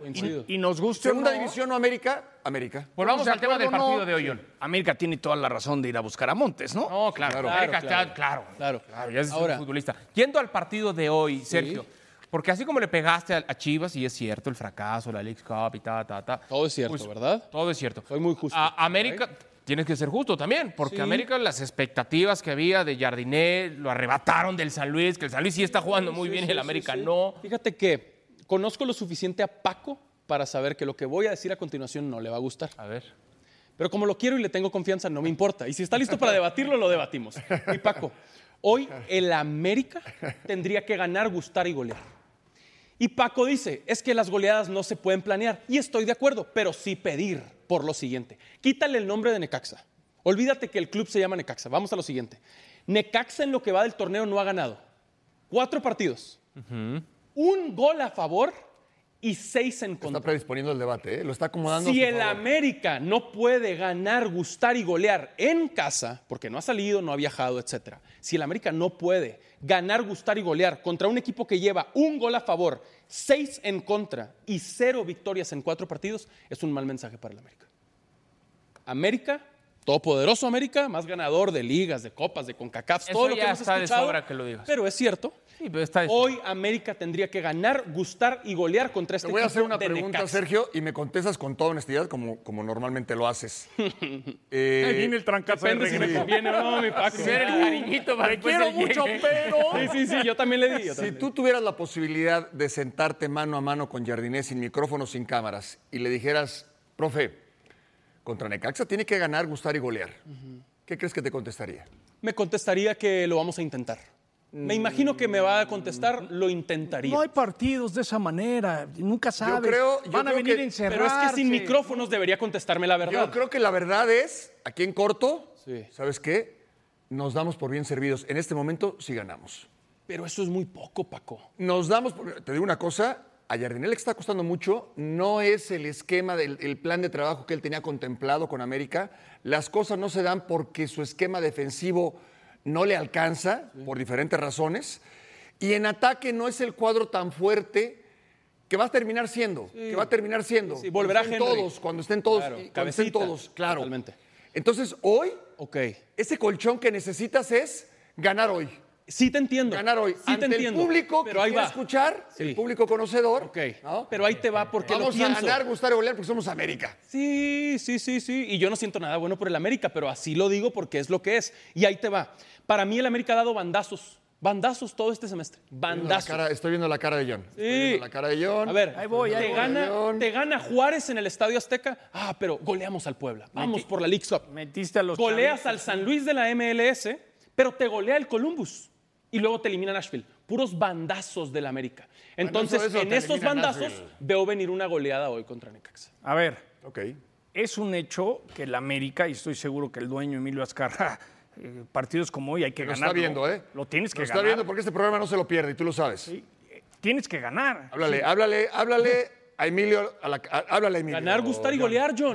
[SPEAKER 5] Y, y nos gusta
[SPEAKER 3] Segunda división o América, América.
[SPEAKER 2] Volvamos al tema del partido de hoy. John.
[SPEAKER 5] América tiene toda la razón de ir a buscar a Montes, ¿no?
[SPEAKER 2] No, claro.
[SPEAKER 5] Claro,
[SPEAKER 2] América
[SPEAKER 5] claro,
[SPEAKER 2] está- claro,
[SPEAKER 4] claro,
[SPEAKER 2] ya es un
[SPEAKER 5] Ahora-
[SPEAKER 2] futbolista. Yendo al partido de hoy, Sergio, porque así como le pegaste a, a Chivas, y es cierto, el fracaso, la League Cup y ta, ta, ta. Todo es
[SPEAKER 4] cierto, ¿verdad?
[SPEAKER 2] Todo es cierto.
[SPEAKER 4] Soy muy justo.
[SPEAKER 2] A- América, tienes que ser justo también, porque
[SPEAKER 4] Sí.
[SPEAKER 2] América, las expectativas que había de Jardiné, lo arrebataron del San Luis, que el San Luis sí está jugando muy
[SPEAKER 4] Sí,
[SPEAKER 2] bien
[SPEAKER 4] sí,
[SPEAKER 2] y el
[SPEAKER 4] sí,
[SPEAKER 2] América
[SPEAKER 4] sí.
[SPEAKER 2] no.
[SPEAKER 4] Fíjate que conozco lo suficiente a Paco para saber que lo que voy a decir a continuación no le va a gustar.
[SPEAKER 2] A ver.
[SPEAKER 4] Pero como lo quiero y le tengo confianza, no me importa. Y si está listo para debatirlo, lo debatimos. Y Paco, hoy el América tendría que ganar, gustar y golear. Y Paco dice, es que las goleadas no se pueden planear. Y estoy de acuerdo, pero sí pedir por lo siguiente. Quítale el nombre de Necaxa. Olvídate que el club se llama Necaxa. Vamos a lo siguiente. Necaxa en lo que va del torneo no ha ganado. Cuatro partidos. Un gol a favor y seis en contra.
[SPEAKER 3] Está predisponiendo el debate, ¿eh? lo está acomodando.
[SPEAKER 4] Si
[SPEAKER 3] a su
[SPEAKER 4] el
[SPEAKER 3] favor.
[SPEAKER 4] América no puede ganar, gustar y golear en casa, porque no ha salido, no ha viajado, etcétera. Si el América no puede ganar, gustar y golear contra un equipo que lleva un gol a favor, seis en contra y cero victorias en cuatro partidos, es un mal mensaje para el América. América Todopoderoso América, más ganador de ligas, de copas, de CONCACAF,
[SPEAKER 2] Eso
[SPEAKER 4] todo lo
[SPEAKER 2] ya
[SPEAKER 4] que hemos
[SPEAKER 2] está de
[SPEAKER 4] escuchado.
[SPEAKER 2] sobra que lo digas.
[SPEAKER 4] Pero es cierto. Hoy América tendría que ganar, gustar y golear contra
[SPEAKER 3] Te
[SPEAKER 4] este
[SPEAKER 3] voy a hacer
[SPEAKER 4] equipo
[SPEAKER 3] una
[SPEAKER 4] de
[SPEAKER 3] pregunta,
[SPEAKER 4] Necaxa.
[SPEAKER 3] Sergio, y me contestas con toda honestidad, como, como normalmente lo haces. Eh,
[SPEAKER 4] Ahí viene el trancazo de Depende si me regreso. conviene o no, mi Paco. Ser el cariñito pues para
[SPEAKER 3] Te
[SPEAKER 4] después
[SPEAKER 3] quiero
[SPEAKER 4] del llegue.
[SPEAKER 3] mucho, pero.
[SPEAKER 4] Sí, sí, sí, yo también le di, yo
[SPEAKER 3] Si
[SPEAKER 4] también.
[SPEAKER 3] tú tuvieras la posibilidad de sentarte mano a mano con Jardinés sin micrófono, sin cámaras, y le dijeras, profe, contra Necaxa tiene que ganar, gustar y golear, ¿qué crees que te contestaría?
[SPEAKER 4] Me contestaría que lo vamos a intentar. Me imagino que me va a contestar, lo intentaría.
[SPEAKER 5] No hay partidos de esa manera, nunca sabes.
[SPEAKER 4] creo- yo
[SPEAKER 5] Van a
[SPEAKER 4] creo
[SPEAKER 5] venir
[SPEAKER 4] que-
[SPEAKER 5] a encerrar.
[SPEAKER 4] Pero es que sin micrófonos debería contestarme la verdad.
[SPEAKER 3] Yo creo que la verdad es, aquí en corto, ¿sabes qué? Nos damos por bien servidos. En este momento sí ganamos.
[SPEAKER 4] Pero eso es muy poco, Paco.
[SPEAKER 3] Nos damos, por- te digo una cosa, a Jardinel le está costando mucho, no es el esquema del el plan de trabajo que él tenía contemplado con América. Las cosas no se dan porque su esquema defensivo no le alcanza por diferentes razones. Y en ataque no es el cuadro tan fuerte que va a terminar siendo, que va a terminar siendo.
[SPEAKER 4] Sí, sí, volverá
[SPEAKER 3] cuando
[SPEAKER 4] Henry.
[SPEAKER 3] estén todos, cuando estén todos,
[SPEAKER 4] Claro,
[SPEAKER 3] y cuando estén
[SPEAKER 4] cabecita,
[SPEAKER 3] todos, claro. Entonces, hoy
[SPEAKER 4] Ok.
[SPEAKER 3] ese colchón que necesitas es ganar hoy.
[SPEAKER 4] Sí te entiendo.
[SPEAKER 3] Ganar hoy.
[SPEAKER 4] te
[SPEAKER 3] Ante
[SPEAKER 4] entiendo,
[SPEAKER 3] El público
[SPEAKER 4] pero
[SPEAKER 3] que
[SPEAKER 4] ahí
[SPEAKER 3] quiere
[SPEAKER 4] va.
[SPEAKER 3] escuchar, el público conocedor. ¿no?
[SPEAKER 4] Pero ahí te va porque lo
[SPEAKER 3] Vamos a
[SPEAKER 4] pienso.
[SPEAKER 3] ganar, gustar y golear porque somos América.
[SPEAKER 4] Sí, sí, sí, sí. Y yo no siento nada bueno por el América, pero así lo digo porque es lo que es. Y ahí te va. Para mí el América ha dado bandazos. Bandazos todo este semestre.
[SPEAKER 3] Viendo la
[SPEAKER 4] Bandazos.
[SPEAKER 3] cara- estoy viendo la cara de John.
[SPEAKER 4] Sí. A ver, te, gana, te gana Juárez en el Estadio Azteca. Ah, pero goleamos al Puebla. Vamos por la Leagues Cup.
[SPEAKER 5] Metiste a los
[SPEAKER 4] Goleas
[SPEAKER 5] chavitos.
[SPEAKER 4] al San Luis de la MLS, pero te golea el Columbus. Y luego te elimina Nashville. Puros bandazos del América. Entonces,
[SPEAKER 5] eso, eso,
[SPEAKER 4] en
[SPEAKER 5] te
[SPEAKER 4] esos
[SPEAKER 5] elimina
[SPEAKER 4] bandazos
[SPEAKER 5] Nashville.
[SPEAKER 4] veo venir una goleada hoy contra Necaxa.
[SPEAKER 5] A ver, es un hecho que el América, y estoy seguro que el dueño Emilio Azcarra, eh, partidos como hoy hay que
[SPEAKER 3] Lo
[SPEAKER 5] ganar.
[SPEAKER 3] está viendo, ¿eh?
[SPEAKER 5] Lo tienes que
[SPEAKER 3] Lo está
[SPEAKER 5] ganar. Eh,
[SPEAKER 3] viendo porque este programa no se lo pierde y tú lo sabes.
[SPEAKER 5] Tienes que ganar.
[SPEAKER 3] Háblale,
[SPEAKER 5] Sí.
[SPEAKER 3] háblale, háblale a Emilio. a la- a- háblale a Emilio. Díselo,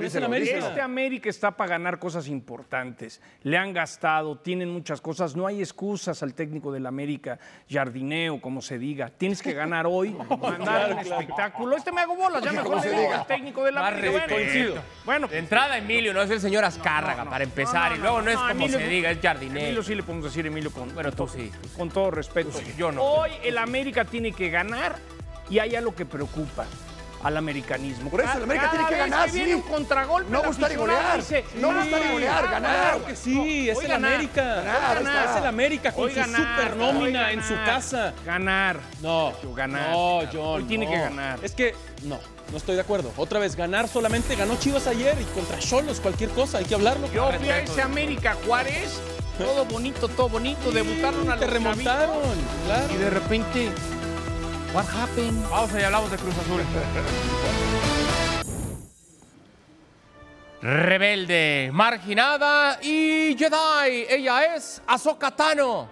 [SPEAKER 3] díselo.
[SPEAKER 5] Este América está para ganar cosas importantes. Le han gastado, tienen muchas cosas. No hay excusas al técnico del América, jardineo, como se diga. Tienes que ganar hoy, mandar
[SPEAKER 2] claro,
[SPEAKER 5] un
[SPEAKER 2] claro.
[SPEAKER 5] espectáculo. Este me hago bolas, ya
[SPEAKER 2] Como
[SPEAKER 5] mejor
[SPEAKER 2] se
[SPEAKER 5] le digo
[SPEAKER 2] diga.
[SPEAKER 5] al técnico del
[SPEAKER 2] Más
[SPEAKER 5] América.
[SPEAKER 2] respeto. Coincido.
[SPEAKER 5] Bueno,
[SPEAKER 2] De entrada, Emilio, no es el señor Azcárraga, para empezar. y luego no, es como se diga, es jardinero.
[SPEAKER 5] Emilio sí le podemos decir Emilio con, bueno, tú sí. con todo respeto. Yo no. Hoy el América tiene que ganar y hay algo que preocupa al americanismo.
[SPEAKER 3] Por eso, el América tiene que
[SPEAKER 5] vez
[SPEAKER 3] ganar,
[SPEAKER 5] viene
[SPEAKER 3] sí.
[SPEAKER 5] un contragolpe,
[SPEAKER 3] No
[SPEAKER 5] el
[SPEAKER 3] gustar y
[SPEAKER 5] aficionado
[SPEAKER 3] golear.
[SPEAKER 5] dice,
[SPEAKER 3] No
[SPEAKER 5] "Ah,
[SPEAKER 3] gustar y golear,
[SPEAKER 5] ah,
[SPEAKER 3] ganar".
[SPEAKER 5] claro
[SPEAKER 4] que sí, es
[SPEAKER 5] Hoy
[SPEAKER 4] el
[SPEAKER 5] ganar,
[SPEAKER 4] América.
[SPEAKER 5] ganar,
[SPEAKER 4] Hoy ganar, es el América con
[SPEAKER 5] Hoy
[SPEAKER 4] su
[SPEAKER 5] ganar,
[SPEAKER 4] super nómina
[SPEAKER 5] hoy
[SPEAKER 4] en su
[SPEAKER 5] ganar,
[SPEAKER 4] casa.
[SPEAKER 5] Ganar.
[SPEAKER 4] No,
[SPEAKER 5] ganar.
[SPEAKER 4] No,
[SPEAKER 5] Claro.
[SPEAKER 4] John.
[SPEAKER 5] Hoy tiene
[SPEAKER 4] no.
[SPEAKER 5] que ganar.
[SPEAKER 4] Es que no, no estoy de acuerdo. Otra vez, ganar solamente ganó Chivas ayer y contra Cholos, cualquier cosa, hay que hablarlo.
[SPEAKER 5] Yo fui a ese América Juárez, todo bonito, todo bonito, debutaron a
[SPEAKER 4] te
[SPEAKER 5] los
[SPEAKER 4] remontaron,
[SPEAKER 5] Y de repente, what happened?
[SPEAKER 2] Vamos y hablamos de Cruz Azul. Rebelde, marginada y Jedi. Ella es Ahsoka Tano.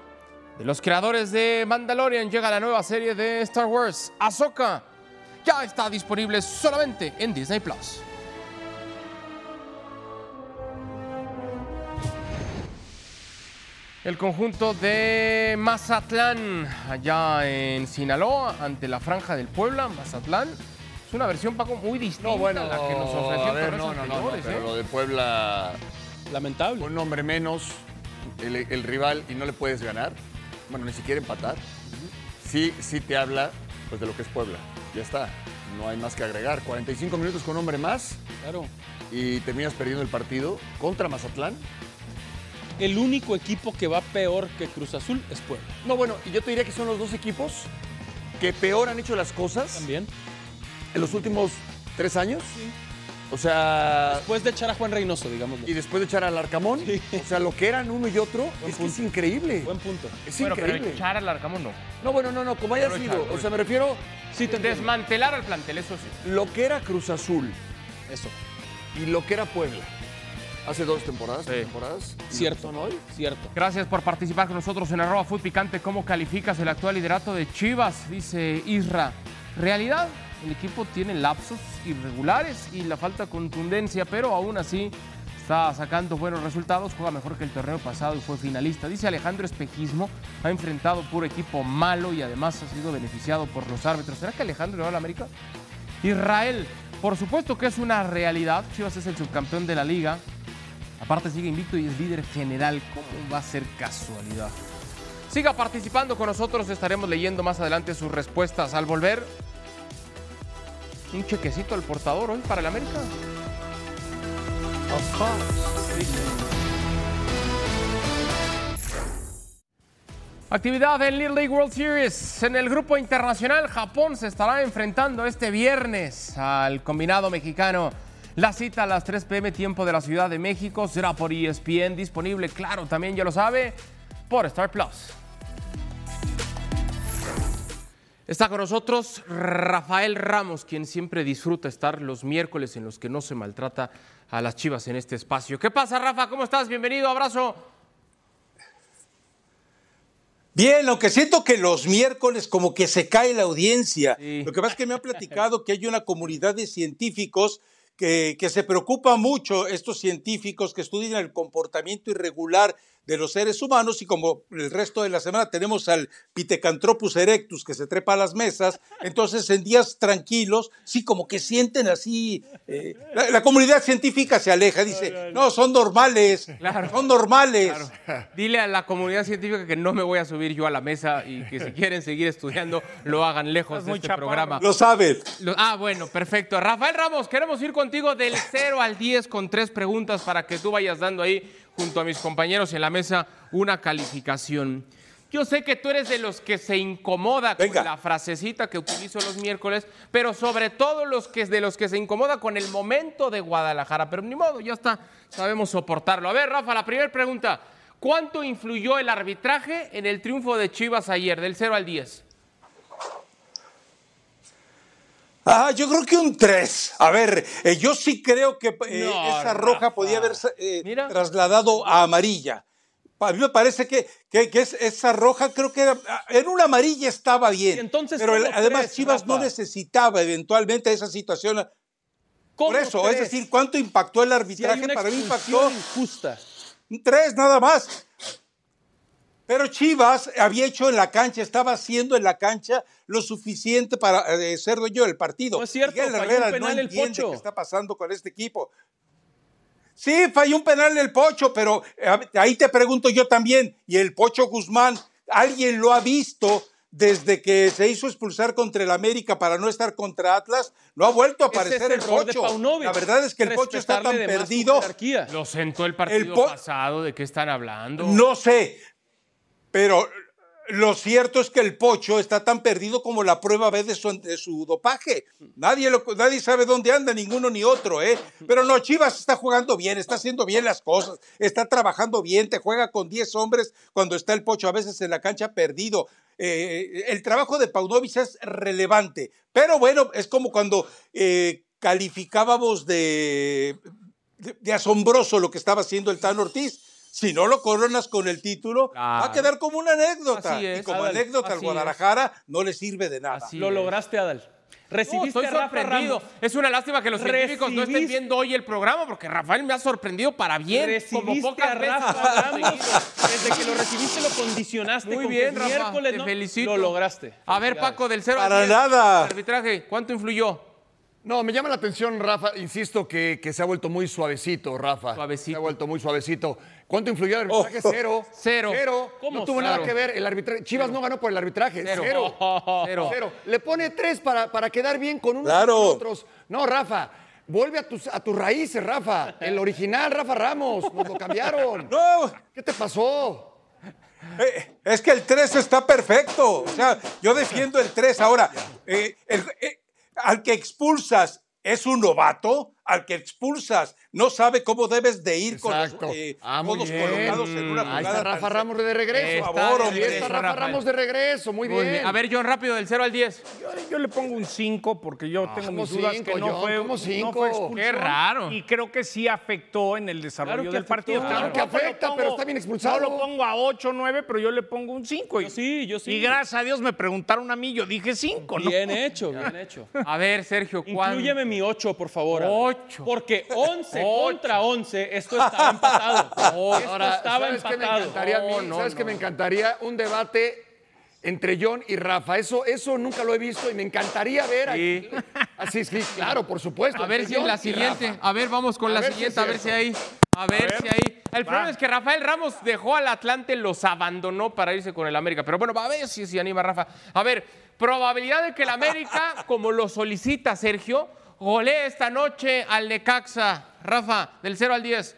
[SPEAKER 2] De los creadores de Mandalorian llega la nueva serie de Star Wars, Ahsoka. Ya está disponible solamente en Disney Plus. El conjunto de Mazatlán, allá en Sinaloa, ante la Franja del Puebla, Mazatlán. Es una versión, Paco, muy distinta
[SPEAKER 3] No, bueno,
[SPEAKER 2] a la que nos ofreció
[SPEAKER 3] a ver,
[SPEAKER 2] torneos
[SPEAKER 3] no, no, no, no,
[SPEAKER 2] anteriores,
[SPEAKER 3] pero
[SPEAKER 2] ¿eh?
[SPEAKER 3] lo de Puebla.
[SPEAKER 4] Lamentable.
[SPEAKER 3] Un hombre menos, el, el rival, y no le puedes ganar. Bueno, ni siquiera empatar. Sí, sí te habla pues, de lo que es Puebla. Ya está. No hay más que agregar. 45 minutos con hombre más.
[SPEAKER 4] Claro.
[SPEAKER 3] Y terminas perdiendo el partido contra Mazatlán.
[SPEAKER 4] El único equipo que va peor que Cruz Azul es Puebla.
[SPEAKER 3] No, bueno, y yo te diría que son los dos equipos que peor han hecho las cosas.
[SPEAKER 4] También.
[SPEAKER 3] En los últimos tres años. O sea.
[SPEAKER 4] Después de echar a Juan Reynoso, digamos.
[SPEAKER 3] Y después de echar al Arcamón. O sea, lo que eran uno y otro es que es increíble. Buen
[SPEAKER 4] punto.
[SPEAKER 3] Es
[SPEAKER 2] Bueno, pero
[SPEAKER 3] increíble.
[SPEAKER 2] echar al Arcamón no.
[SPEAKER 3] No, bueno, no, no, como haya
[SPEAKER 2] No lo
[SPEAKER 3] sido.
[SPEAKER 2] echaron,
[SPEAKER 3] O
[SPEAKER 2] no
[SPEAKER 3] sea, me refiero.
[SPEAKER 2] Desmantelar al plantel, eso sí.
[SPEAKER 3] Lo que era Cruz Azul.
[SPEAKER 4] Eso.
[SPEAKER 3] Y lo que era Puebla. Hace dos temporadas, tres temporadas. y lo que
[SPEAKER 2] Cierto.
[SPEAKER 3] son hoy.
[SPEAKER 4] Cierto.
[SPEAKER 2] Gracias por participar con nosotros en arroba Food Picante. ¿Cómo calificas el actual liderato de Chivas? Dice Isra. Realidad, el equipo tiene lapsos irregulares y la falta de contundencia, pero aún así está sacando buenos resultados, juega mejor que el torneo pasado y fue finalista. Dice Alejandro Espejismo, ha enfrentado puro equipo malo y además ha sido beneficiado por los árbitros. ¿Será que Alejandro le va a la América? Israel, por supuesto que es una realidad. Chivas es el subcampeón de la liga Aparte sigue invicto y es líder general. ¿Cómo va a ser casualidad? Siga participando con nosotros, estaremos leyendo más adelante sus respuestas. Al volver, un chequecito al portador hoy para el América. Of course. Actividad en Little League World Series. En el grupo internacional, Japón se estará enfrentando este viernes al combinado mexicano. La cita a las 3 pm tiempo de la Ciudad de México será por E ESPN disponible, claro, también ya lo sabe, por Star Plus. Está con nosotros Rafael Ramos, quien siempre disfruta estar los miércoles en los que no se maltrata a las chivas en este espacio. ¿Qué pasa, Rafa? ¿Cómo estás? Bienvenido, abrazo.
[SPEAKER 3] Bien, lo que siento que los miércoles como que se cae la audiencia. Lo que pasa es que me han platicado que hay una comunidad de científicos que, que se preocupa mucho, estos científicos que estudian el comportamiento irregular de los seres humanos y como el resto de la semana tenemos al Pitecantropus erectus que se trepa a las mesas, entonces en días tranquilos, sí, como que sienten así, eh, la, la comunidad científica se aleja, dice, no, son normales, son normales.
[SPEAKER 2] Dile a la comunidad científica que no me voy a subir yo a la mesa y que si quieren seguir estudiando, lo hagan lejos
[SPEAKER 3] Estás
[SPEAKER 2] de
[SPEAKER 3] muy
[SPEAKER 2] este
[SPEAKER 3] chaparro.
[SPEAKER 2] programa.
[SPEAKER 3] Lo saben.
[SPEAKER 2] Lo- ah, bueno, perfecto. Rafael Ramos, queremos ir contigo del 0 al 10 con tres preguntas para que tú vayas dando ahí, junto a mis compañeros en la mesa, una calificación. Yo sé que tú eres de los que se incomoda con la frasecita que utilizo los miércoles, pero sobre todo los que de los que se incomoda con el momento de Guadalajara. Pero ni modo, ya está, sabemos soportarlo. A ver, Rafa, la primera pregunta. ¿Cuánto influyó el arbitraje en el triunfo de Chivas ayer, del 0 al 10?
[SPEAKER 3] Ah, yo creo que un 3. A ver, eh, yo sí creo que eh,
[SPEAKER 12] No,
[SPEAKER 3] esa roja podía haberse eh, trasladado a amarilla. A mí me parece que, que- que es- esa roja creo que era, ah, en una amarilla estaba bien. pero
[SPEAKER 12] ¿cómo
[SPEAKER 3] el- además
[SPEAKER 12] tres,
[SPEAKER 3] Chivas no
[SPEAKER 12] Rafa?
[SPEAKER 3] necesitaba eventualmente esa situación. Por eso, es
[SPEAKER 12] tres?
[SPEAKER 3] decir, ¿cuánto impactó el arbitraje?
[SPEAKER 4] una
[SPEAKER 3] Para mí impactó
[SPEAKER 4] expulsión injusta.
[SPEAKER 3] un 3 nada más. Pero Chivas había hecho en la cancha, estaba haciendo en la cancha lo suficiente para eh, ser dueño del partido. No es cierto,
[SPEAKER 4] falló un penal el Pocho.
[SPEAKER 3] qué está pasando con este equipo. Sí, falló un penal el Pocho, pero eh, ahí te pregunto yo también, y el Pocho Guzmán, ¿alguien lo ha visto desde que se hizo expulsar contra el América para no estar contra Atlas? No ha vuelto a
[SPEAKER 4] Ese es
[SPEAKER 3] aparecer
[SPEAKER 4] el
[SPEAKER 3] el,
[SPEAKER 4] error de
[SPEAKER 3] Pocho.
[SPEAKER 4] Paunovic,
[SPEAKER 3] La verdad es que el Pocho está tan
[SPEAKER 2] respetarle de más su
[SPEAKER 3] perdido.
[SPEAKER 2] Lo sentó el partido
[SPEAKER 3] El po-
[SPEAKER 2] pasado, ¿de qué están hablando?
[SPEAKER 3] No sé, pero lo cierto es que el Pocho está tan perdido como la prueba B de su, de su dopaje. Nadie, lo- nadie sabe dónde anda, ninguno ni otro, ¿eh? Pero no, Chivas está jugando bien, está haciendo bien las cosas, está trabajando bien, te juega con 10 hombres cuando está el Pocho a veces en la cancha perdido. Eh, el trabajo de Paunovic es relevante, pero bueno, es como cuando eh, calificábamos de de, de asombroso lo que estaba haciendo el Tan Ortiz. Si no lo coronas con el título,
[SPEAKER 2] Ah,
[SPEAKER 3] va a quedar como una anécdota.
[SPEAKER 4] Así es,
[SPEAKER 3] y como
[SPEAKER 4] Adal,
[SPEAKER 3] anécdota al
[SPEAKER 4] así
[SPEAKER 3] Guadalajara no le sirve de nada.
[SPEAKER 4] Lo lograste, Adal. Recibiste
[SPEAKER 2] estoy
[SPEAKER 4] a Rafa
[SPEAKER 2] sorprendido.
[SPEAKER 4] Ramos.
[SPEAKER 2] Es una lástima que los científicos no estén
[SPEAKER 4] Recibiste-
[SPEAKER 2] viendo hoy el programa porque Rafael me ha sorprendido para bien.
[SPEAKER 4] Recibiste
[SPEAKER 2] como pocas
[SPEAKER 4] a
[SPEAKER 2] veces.
[SPEAKER 4] Rafa Ramos. Desde que lo recibiste lo condicionaste.
[SPEAKER 2] Muy
[SPEAKER 4] con
[SPEAKER 2] bien,
[SPEAKER 4] que
[SPEAKER 2] Rafa.
[SPEAKER 4] es miércoles,
[SPEAKER 2] te
[SPEAKER 4] ¿no?
[SPEAKER 2] felicito. Ah,
[SPEAKER 4] Lo lograste.
[SPEAKER 2] A ver, Paco, del 0
[SPEAKER 4] Para
[SPEAKER 2] al 10,
[SPEAKER 4] nada.
[SPEAKER 2] Arbitraje, ¿cuánto influyó?
[SPEAKER 13] No, me llama la atención, Rafa. Insisto que, que se ha vuelto muy suavecito, Rafa. Suavecito. Se ha vuelto muy suavecito. ¿Cuánto influyó el arbitraje?
[SPEAKER 2] Oh.
[SPEAKER 13] Cero.
[SPEAKER 2] Cero. ¿Cómo
[SPEAKER 13] no tuvo
[SPEAKER 2] cero?
[SPEAKER 13] nada que ver. El arbitraje. Chivas no ganó por el arbitraje.
[SPEAKER 2] Cero.
[SPEAKER 13] Cero.
[SPEAKER 2] Cero.
[SPEAKER 13] Le pone tres para, para quedar bien con unos
[SPEAKER 3] Claro.
[SPEAKER 13] y con otros. No, Rafa. Vuelve a tus, a tus raíces, Rafa. El original, Rafa Ramos. Nos lo cambiaron.
[SPEAKER 3] No.
[SPEAKER 13] ¿Qué te pasó?
[SPEAKER 3] Eh, es que el 3 está perfecto. O sea, yo defiendo el 3. Ahora, eh, el- eh, al que expulsas es un novato, al que expulsas no sabe cómo debes de ir con los eh, codos colocados en una jugada.
[SPEAKER 13] Ah, Ahí está Rafa Ramos de regreso.
[SPEAKER 2] Está
[SPEAKER 13] Por favor, hombre.
[SPEAKER 2] de
[SPEAKER 13] Ahí está
[SPEAKER 2] regreso,
[SPEAKER 13] Rafa
[SPEAKER 2] Rafael.
[SPEAKER 13] Ramos de regreso. Muy,
[SPEAKER 2] Muy
[SPEAKER 13] bien.
[SPEAKER 2] bien. A ver, John, rápido, del 0 al 10.
[SPEAKER 5] Yo le pongo un 5 porque yo tengo
[SPEAKER 13] Ah, ¿cómo
[SPEAKER 5] mis dudas
[SPEAKER 13] cinco,
[SPEAKER 5] que no
[SPEAKER 13] John?
[SPEAKER 5] fue,
[SPEAKER 13] ¿Cómo
[SPEAKER 5] no
[SPEAKER 13] cinco?
[SPEAKER 5] fue expulsión.
[SPEAKER 13] Qué raro.
[SPEAKER 5] Y creo que sí afectó en el desarrollo
[SPEAKER 13] Claro que
[SPEAKER 5] del partido.
[SPEAKER 13] afectó, claro que
[SPEAKER 5] Tampoco lo
[SPEAKER 13] afecta, pero está bien expulsado.
[SPEAKER 5] No lo pongo a 8 9, pero yo le pongo un 5.
[SPEAKER 4] sí, yo sí.
[SPEAKER 5] Y gracias a Dios me preguntaron a mí, yo dije 5, ¿no?
[SPEAKER 4] Bien hecho, bien hecho.
[SPEAKER 2] A ver, Sergio, ¿cuánto?
[SPEAKER 4] Incluyeme mi 8, por favor. 8. Porque 11 contra 11, esto estaba empatado. esto
[SPEAKER 13] Ahora,
[SPEAKER 4] estaba
[SPEAKER 13] ¿sabes qué me
[SPEAKER 4] empatado.
[SPEAKER 13] encantaría a mí?
[SPEAKER 4] No, no,
[SPEAKER 13] ¿Sabes qué
[SPEAKER 4] no.
[SPEAKER 13] me encantaría? Un debate entre John y Rafa. Eso, eso nunca lo he visto y me encantaría ver. aquí. Así es, sí, claro, por supuesto.
[SPEAKER 2] A ver
[SPEAKER 13] entre
[SPEAKER 2] si en
[SPEAKER 13] John
[SPEAKER 2] la
[SPEAKER 13] y
[SPEAKER 2] siguiente.
[SPEAKER 13] Rafa.
[SPEAKER 2] A ver, vamos con
[SPEAKER 13] A
[SPEAKER 2] la
[SPEAKER 13] ver si
[SPEAKER 2] siguiente,
[SPEAKER 13] es
[SPEAKER 2] a ver si
[SPEAKER 13] cierto.
[SPEAKER 2] ahí A ver, si ahí. El problema es que Rafael Ramos dejó al Atlante, los abandonó para irse con el América. Pero bueno, va a ver si se anima Rafa. A ver, probabilidad de que el América, como lo solicita Sergio, golee esta noche al Necaxa. Rafa, del 0 al 10.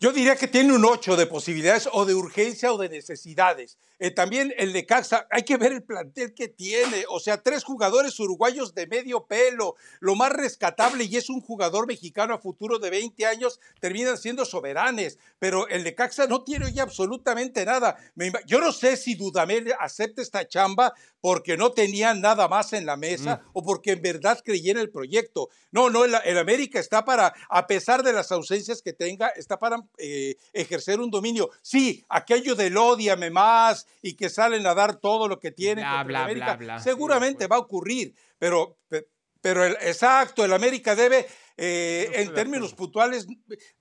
[SPEAKER 14] Yo diría que tiene un 8 de posibilidades o de urgencia o de necesidades. Eh, también el de Caxa, hay que ver el plantel que tiene. O sea, tres jugadores uruguayos de medio pelo. Lo más rescatable y es un jugador mexicano a futuro de 20 años, terminan siendo soberanes. Pero el de Caxa no tiene hoy absolutamente nada. Me ima- Yo no sé si Dudamel acepta esta chamba porque no tenía nada más en la mesa o porque en verdad creyera el proyecto. No, no, el, el América está para, a pesar de las ausencias que tenga, está para eh, ejercer un dominio. Sí, aquello del odiame más y que salen a dar todo lo que tienen.
[SPEAKER 2] Bla,
[SPEAKER 14] contra el
[SPEAKER 2] bla,
[SPEAKER 14] América,
[SPEAKER 2] bla, bla.
[SPEAKER 14] Seguramente va a ocurrir, pero, pe- pero el, exacto, el América debe, eh, en términos puntuales,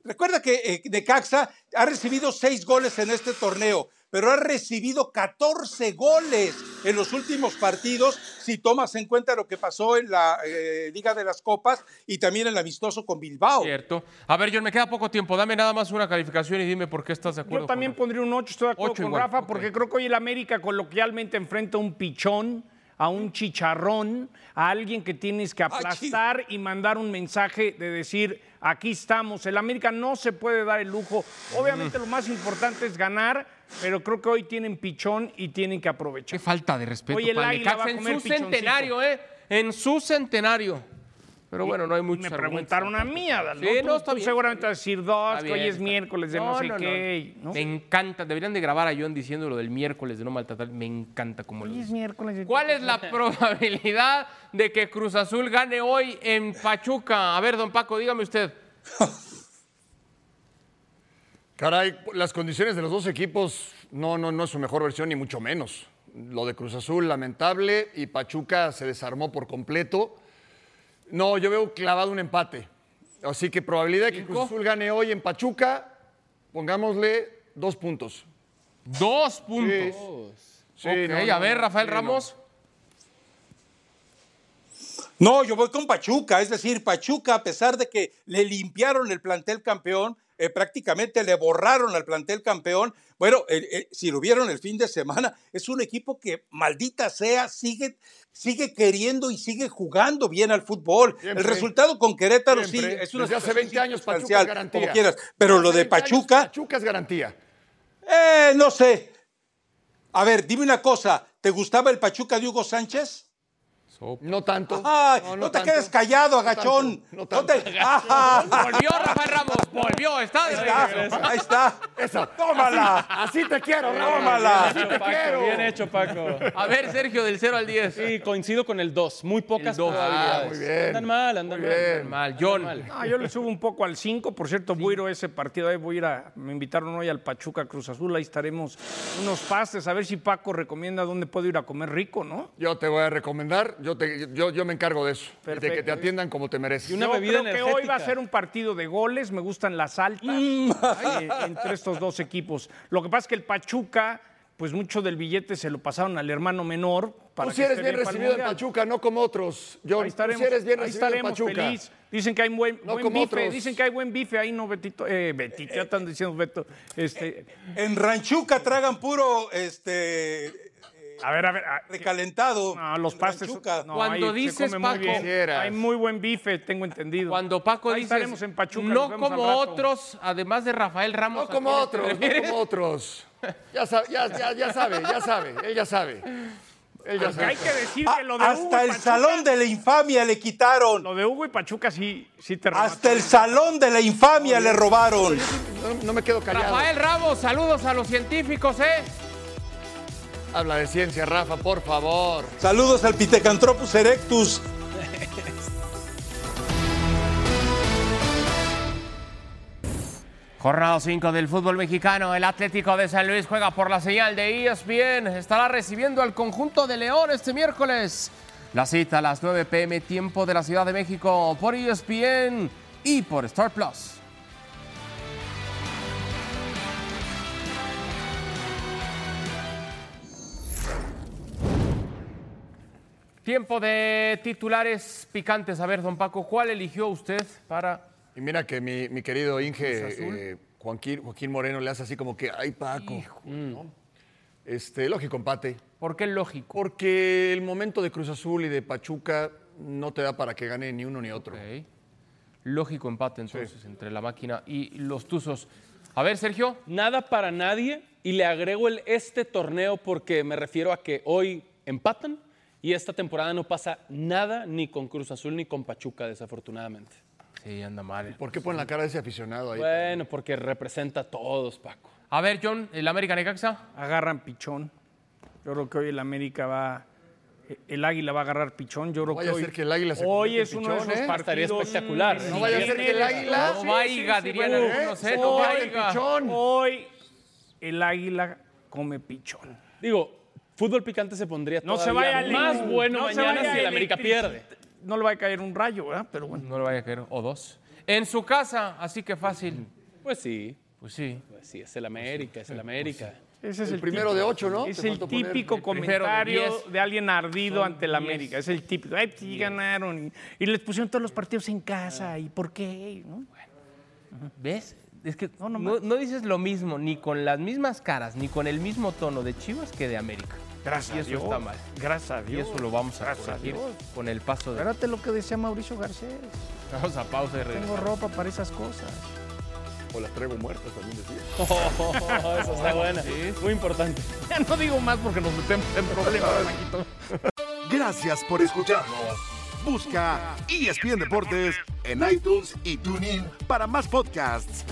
[SPEAKER 14] recuerda que eh, Necaxa ha recibido seis goles en este torneo, pero ha recibido 14 goles en los últimos partidos, si tomas en cuenta lo que pasó en la eh, Liga de las Copas y también el amistoso con Bilbao.
[SPEAKER 2] Cierto. A ver, John, me queda poco tiempo. Dame nada más una calificación y dime por qué estás de acuerdo.
[SPEAKER 5] Yo también pondría un 8, estoy de acuerdo
[SPEAKER 2] Ocho
[SPEAKER 5] con
[SPEAKER 2] igual,
[SPEAKER 5] Rafa, porque creo que hoy el América coloquialmente enfrenta a un pichón, a un chicharrón, a alguien que tienes
[SPEAKER 2] Ah,
[SPEAKER 5] que aplastar y mandar un mensaje de decir, aquí estamos. El América no se puede dar el lujo. Obviamente
[SPEAKER 2] Mm.
[SPEAKER 5] lo más importante es ganar, pero creo que hoy tienen pichón y tienen que aprovechar. Qué
[SPEAKER 2] falta de respeto
[SPEAKER 5] Hoy el
[SPEAKER 2] para el
[SPEAKER 5] Águila
[SPEAKER 2] Necaxa
[SPEAKER 5] va a
[SPEAKER 2] en
[SPEAKER 5] comer
[SPEAKER 2] su centenario, ¿eh? En su centenario. Pero bueno, no hay muchos
[SPEAKER 5] Me
[SPEAKER 2] argumentos
[SPEAKER 5] preguntaron a
[SPEAKER 2] tampoco.
[SPEAKER 5] mí, Adal.
[SPEAKER 2] Sí,
[SPEAKER 5] ¿no? Tú-
[SPEAKER 2] no, está
[SPEAKER 5] tú
[SPEAKER 2] bien.
[SPEAKER 5] Seguramente vas a decir dos,
[SPEAKER 2] Está
[SPEAKER 5] que hoy
[SPEAKER 2] bien,
[SPEAKER 5] es
[SPEAKER 2] está
[SPEAKER 5] miércoles de no,
[SPEAKER 2] bien.
[SPEAKER 5] sé qué. y- ¿no?
[SPEAKER 2] Me encanta. Deberían de grabar a John diciendo lo del miércoles de no maltratar. Me encanta como lo
[SPEAKER 6] Hoy es
[SPEAKER 2] dice.
[SPEAKER 6] miércoles.
[SPEAKER 2] ¿Cuál es la probabilidad de que Cruz Azul gane hoy en Pachuca? A ver, don Paco, dígame usted.
[SPEAKER 3] Caray, las condiciones de los dos equipos no, no, no es su mejor versión, ni mucho menos. Lo de Cruz Azul, lamentable, y Pachuca se desarmó por completo. No, yo veo clavado un empate. Así que probabilidad de que Cruz Azul gane hoy en Pachuca, pongámosle dos puntos.
[SPEAKER 2] Dos puntos.
[SPEAKER 3] Sí,
[SPEAKER 2] Ok,
[SPEAKER 3] no,
[SPEAKER 2] a
[SPEAKER 3] no,
[SPEAKER 2] ver,
[SPEAKER 3] no.
[SPEAKER 2] Rafael
[SPEAKER 3] Sí, no.
[SPEAKER 2] Ramos.
[SPEAKER 14] No, yo voy con Pachuca, es decir, Pachuca, a pesar de que le limpiaron el plantel campeón, eh, prácticamente le borraron al plantel campeón. Bueno, eh, eh, si lo vieron el fin de semana, es un equipo que, maldita sea, sigue, sigue queriendo y sigue jugando bien al fútbol.
[SPEAKER 3] Siempre.
[SPEAKER 14] El resultado con Querétaro sí
[SPEAKER 3] Siempre.
[SPEAKER 14] es una
[SPEAKER 3] Desde hace
[SPEAKER 14] situación
[SPEAKER 3] 20 años Pachuca
[SPEAKER 14] circunstancial,
[SPEAKER 3] es garantía.
[SPEAKER 14] como quieras. Pero
[SPEAKER 3] Desde
[SPEAKER 14] lo de
[SPEAKER 3] hace 20 años,
[SPEAKER 14] Pachuca,
[SPEAKER 3] Pachuca es garantía.
[SPEAKER 14] eh, no sé. A ver, dime una cosa, ¿te gustaba el Pachuca de Hugo Sánchez?
[SPEAKER 3] No tanto.
[SPEAKER 14] Ay,
[SPEAKER 3] No,
[SPEAKER 14] no,
[SPEAKER 3] no
[SPEAKER 14] te
[SPEAKER 3] tanto.
[SPEAKER 14] quedes callado, agachón.
[SPEAKER 3] No
[SPEAKER 14] No
[SPEAKER 3] tanto.
[SPEAKER 14] te- Ah,
[SPEAKER 2] Volvió Rafael Ramos, volvió. Está de regreso.
[SPEAKER 14] Ahí está.
[SPEAKER 3] Esa.
[SPEAKER 14] Tómala.
[SPEAKER 3] Así, así te quiero, Rafa.
[SPEAKER 14] Tómala.
[SPEAKER 3] Así te
[SPEAKER 4] Paco,
[SPEAKER 3] quiero.
[SPEAKER 4] Bien hecho, Paco.
[SPEAKER 2] A ver, Sergio, del 0 al 10.
[SPEAKER 4] Sí, coincido con el 2. Muy pocas
[SPEAKER 2] dos.
[SPEAKER 4] probabilidades.
[SPEAKER 2] Ah, muy bien.
[SPEAKER 4] Andan mal, andan mal.
[SPEAKER 2] Mal, John.
[SPEAKER 5] Ah, yo le subo un poco al 5. Por cierto, voy a ir a ese partido. Ahí voy a ir a. Me invitaron hoy al Pachuca Cruz Azul. Ahí estaremos unos pastes. A ver si Paco recomienda dónde puedo ir a comer rico, ¿no?
[SPEAKER 3] Yo te voy a recomendar, yo, te- yo, yo me encargo de eso, de que te
[SPEAKER 5] Perfecto.
[SPEAKER 3] atiendan como te mereces.
[SPEAKER 5] Yo creo que hoy va a ser un partido de goles. Me gustan las altas eh, entre estos dos equipos. Lo que pasa es que el Pachuca, pues mucho del billete se lo pasaron al hermano menor.
[SPEAKER 3] Tú
[SPEAKER 5] Para
[SPEAKER 3] sí
[SPEAKER 5] que
[SPEAKER 3] eres
[SPEAKER 5] esté
[SPEAKER 3] bien
[SPEAKER 5] para el
[SPEAKER 3] recibido en
[SPEAKER 5] Mundial.
[SPEAKER 3] Pachuca, no como otros. Yo,
[SPEAKER 5] Ahí estaremos,
[SPEAKER 3] tú sí eres bien
[SPEAKER 5] ahí
[SPEAKER 3] recibido en
[SPEAKER 5] estaremos
[SPEAKER 3] Pachuca.
[SPEAKER 5] feliz. Dicen que hay buen,
[SPEAKER 3] No
[SPEAKER 5] buen
[SPEAKER 3] como
[SPEAKER 5] bife,
[SPEAKER 3] otros.
[SPEAKER 5] dicen que hay buen bife ahí, no Betito, eh, Betito, ya están diciendo Beto. Este,
[SPEAKER 14] En Ranchuca tragan puro este
[SPEAKER 5] a ver, a ver, a-
[SPEAKER 14] recalentado.
[SPEAKER 5] no, los pastes.
[SPEAKER 14] Ranchuca.
[SPEAKER 5] no,
[SPEAKER 2] Cuando
[SPEAKER 5] ahí se
[SPEAKER 2] dices,
[SPEAKER 5] come muy bien.
[SPEAKER 2] Paco, Quisieras.
[SPEAKER 5] hay muy buen bife, tengo entendido.
[SPEAKER 2] Cuando Paco
[SPEAKER 5] Ahí
[SPEAKER 2] dice,
[SPEAKER 5] estaremos en Pachuca, nos
[SPEAKER 2] no
[SPEAKER 5] vemos al
[SPEAKER 2] como
[SPEAKER 5] rato".
[SPEAKER 2] otros, además de Rafael Ramos.
[SPEAKER 3] No como
[SPEAKER 2] ¿a quiénes te
[SPEAKER 3] otros, no
[SPEAKER 2] refieres?
[SPEAKER 3] como otros. Ya sabe, ya, ya- ya sabe, ya sabe, él ya sabe. Él ya
[SPEAKER 5] Porque hay
[SPEAKER 3] sabe.
[SPEAKER 5] que decir
[SPEAKER 14] Ah,
[SPEAKER 5] que lo de Hugo
[SPEAKER 14] Hasta
[SPEAKER 5] y
[SPEAKER 14] el
[SPEAKER 5] Pachuca-
[SPEAKER 14] salón de la infamia le quitaron.
[SPEAKER 5] Lo de Hugo y Pachuca sí, sí te
[SPEAKER 14] Hasta el salón de la infamia le robaron.
[SPEAKER 3] No, no me quedo callado.
[SPEAKER 2] Rafael Ramos, saludos a los científicos, ¿eh?
[SPEAKER 3] Habla de ciencia, Rafa, por favor.
[SPEAKER 14] Saludos al Pitecantropus erectus.
[SPEAKER 2] Jornada 5 del fútbol mexicano. El Atlético de San Luis juega por la señal de E ESPN. Estará recibiendo al conjunto de León este miércoles. La cita a las 9 pm, tiempo de la Ciudad de México, por E ESPN y por Star Plus. Tiempo de titulares picantes. A ver, don Paco, ¿cuál eligió usted para
[SPEAKER 3] Y mira que mi, mi querido Inge, eh, Joaquín, Joaquín Moreno le hace así como que, ay Paco. ¿no? Este, lógico empate.
[SPEAKER 2] ¿Por qué lógico?
[SPEAKER 3] Porque el momento de Cruz Azul y de Pachuca no te da para que gane ni uno ni otro.
[SPEAKER 2] lógico empate entonces entre la máquina y los Tuzos? A ver, Sergio.
[SPEAKER 4] Nada para nadie y le agrego el este torneo porque me refiero a que hoy empatan y esta temporada no pasa nada ni con Cruz Azul ni con Pachuca, desafortunadamente.
[SPEAKER 2] Sí, anda mal.
[SPEAKER 3] ¿Por qué ponen la cara de ese aficionado ahí?
[SPEAKER 4] Bueno, porque representa a todos, Paco.
[SPEAKER 2] A ver, John, el América Necaxa.
[SPEAKER 5] Agarran pichón. Yo creo que hoy el América va. El águila va a agarrar pichón. Yo creo
[SPEAKER 3] vaya
[SPEAKER 5] que
[SPEAKER 3] a
[SPEAKER 5] hoy,
[SPEAKER 3] ser que el Águila se
[SPEAKER 5] Hoy
[SPEAKER 3] convierta
[SPEAKER 5] es
[SPEAKER 3] en
[SPEAKER 5] uno de
[SPEAKER 3] pichón,
[SPEAKER 5] esos
[SPEAKER 3] ¿eh?
[SPEAKER 5] partidos.
[SPEAKER 3] Estaría espectacular.
[SPEAKER 5] Mm,
[SPEAKER 3] No vaya a ser que el Águila-
[SPEAKER 5] Sí,
[SPEAKER 3] No vaiga,
[SPEAKER 5] sí, sí,
[SPEAKER 3] dirían
[SPEAKER 5] bueno.
[SPEAKER 3] algunos, ¿eh? No vaiga.
[SPEAKER 5] Hoy el águila come pichón.
[SPEAKER 4] Digo, fútbol picante se pondría
[SPEAKER 5] No se
[SPEAKER 4] todavía
[SPEAKER 5] vaya el-
[SPEAKER 4] más bueno
[SPEAKER 5] no se
[SPEAKER 4] mañana
[SPEAKER 5] vaya
[SPEAKER 4] si el América
[SPEAKER 5] electrici-
[SPEAKER 4] pierde.
[SPEAKER 5] No le va a caer un rayo, ¿verdad? Pero bueno.
[SPEAKER 2] No le vaya a caer. O dos. En su casa, así que fácil.
[SPEAKER 4] Pues sí.
[SPEAKER 2] Pues sí.
[SPEAKER 4] Pues sí, es el América,
[SPEAKER 2] Pues
[SPEAKER 4] es el América.
[SPEAKER 5] Ese es el,
[SPEAKER 4] primero de ocho, ¿no?
[SPEAKER 5] Es
[SPEAKER 4] Te
[SPEAKER 5] el
[SPEAKER 4] faltó poner.
[SPEAKER 5] típico
[SPEAKER 4] El primero de
[SPEAKER 5] comentario de,
[SPEAKER 4] diez.
[SPEAKER 5] alguien ardido
[SPEAKER 4] Son
[SPEAKER 5] ante la
[SPEAKER 4] diez.
[SPEAKER 5] América. Es el típico. Ay, pues, sí, ganaron. Y, y les pusieron todos los partidos en casa. ¿Y por qué? ¿No?
[SPEAKER 2] ¿Ves? Es que no, no dices lo mismo, ni con las mismas caras, ni con el mismo tono de Chivas que de América.
[SPEAKER 5] Gracias
[SPEAKER 2] Y
[SPEAKER 5] a
[SPEAKER 2] eso
[SPEAKER 5] Dios.
[SPEAKER 2] está mal.
[SPEAKER 5] Gracias a
[SPEAKER 2] Y
[SPEAKER 5] Dios.
[SPEAKER 2] eso lo vamos a
[SPEAKER 5] Gracias a
[SPEAKER 2] corregir
[SPEAKER 5] Dios.
[SPEAKER 2] con el paso de...
[SPEAKER 5] Espérate lo que decía Mauricio Garcés.
[SPEAKER 2] Vamos a pausa y regresamos.
[SPEAKER 5] Tengo ropa para esas cosas.
[SPEAKER 3] O las traigo muertas también decía.
[SPEAKER 4] Eso Oh, está bueno. Muy importante.
[SPEAKER 5] Ya no digo más porque nos metemos en problemas, Maquito.
[SPEAKER 1] Gracias por escucharnos. Busca E ESPN Deportes en iTunes y TuneIn para más podcasts.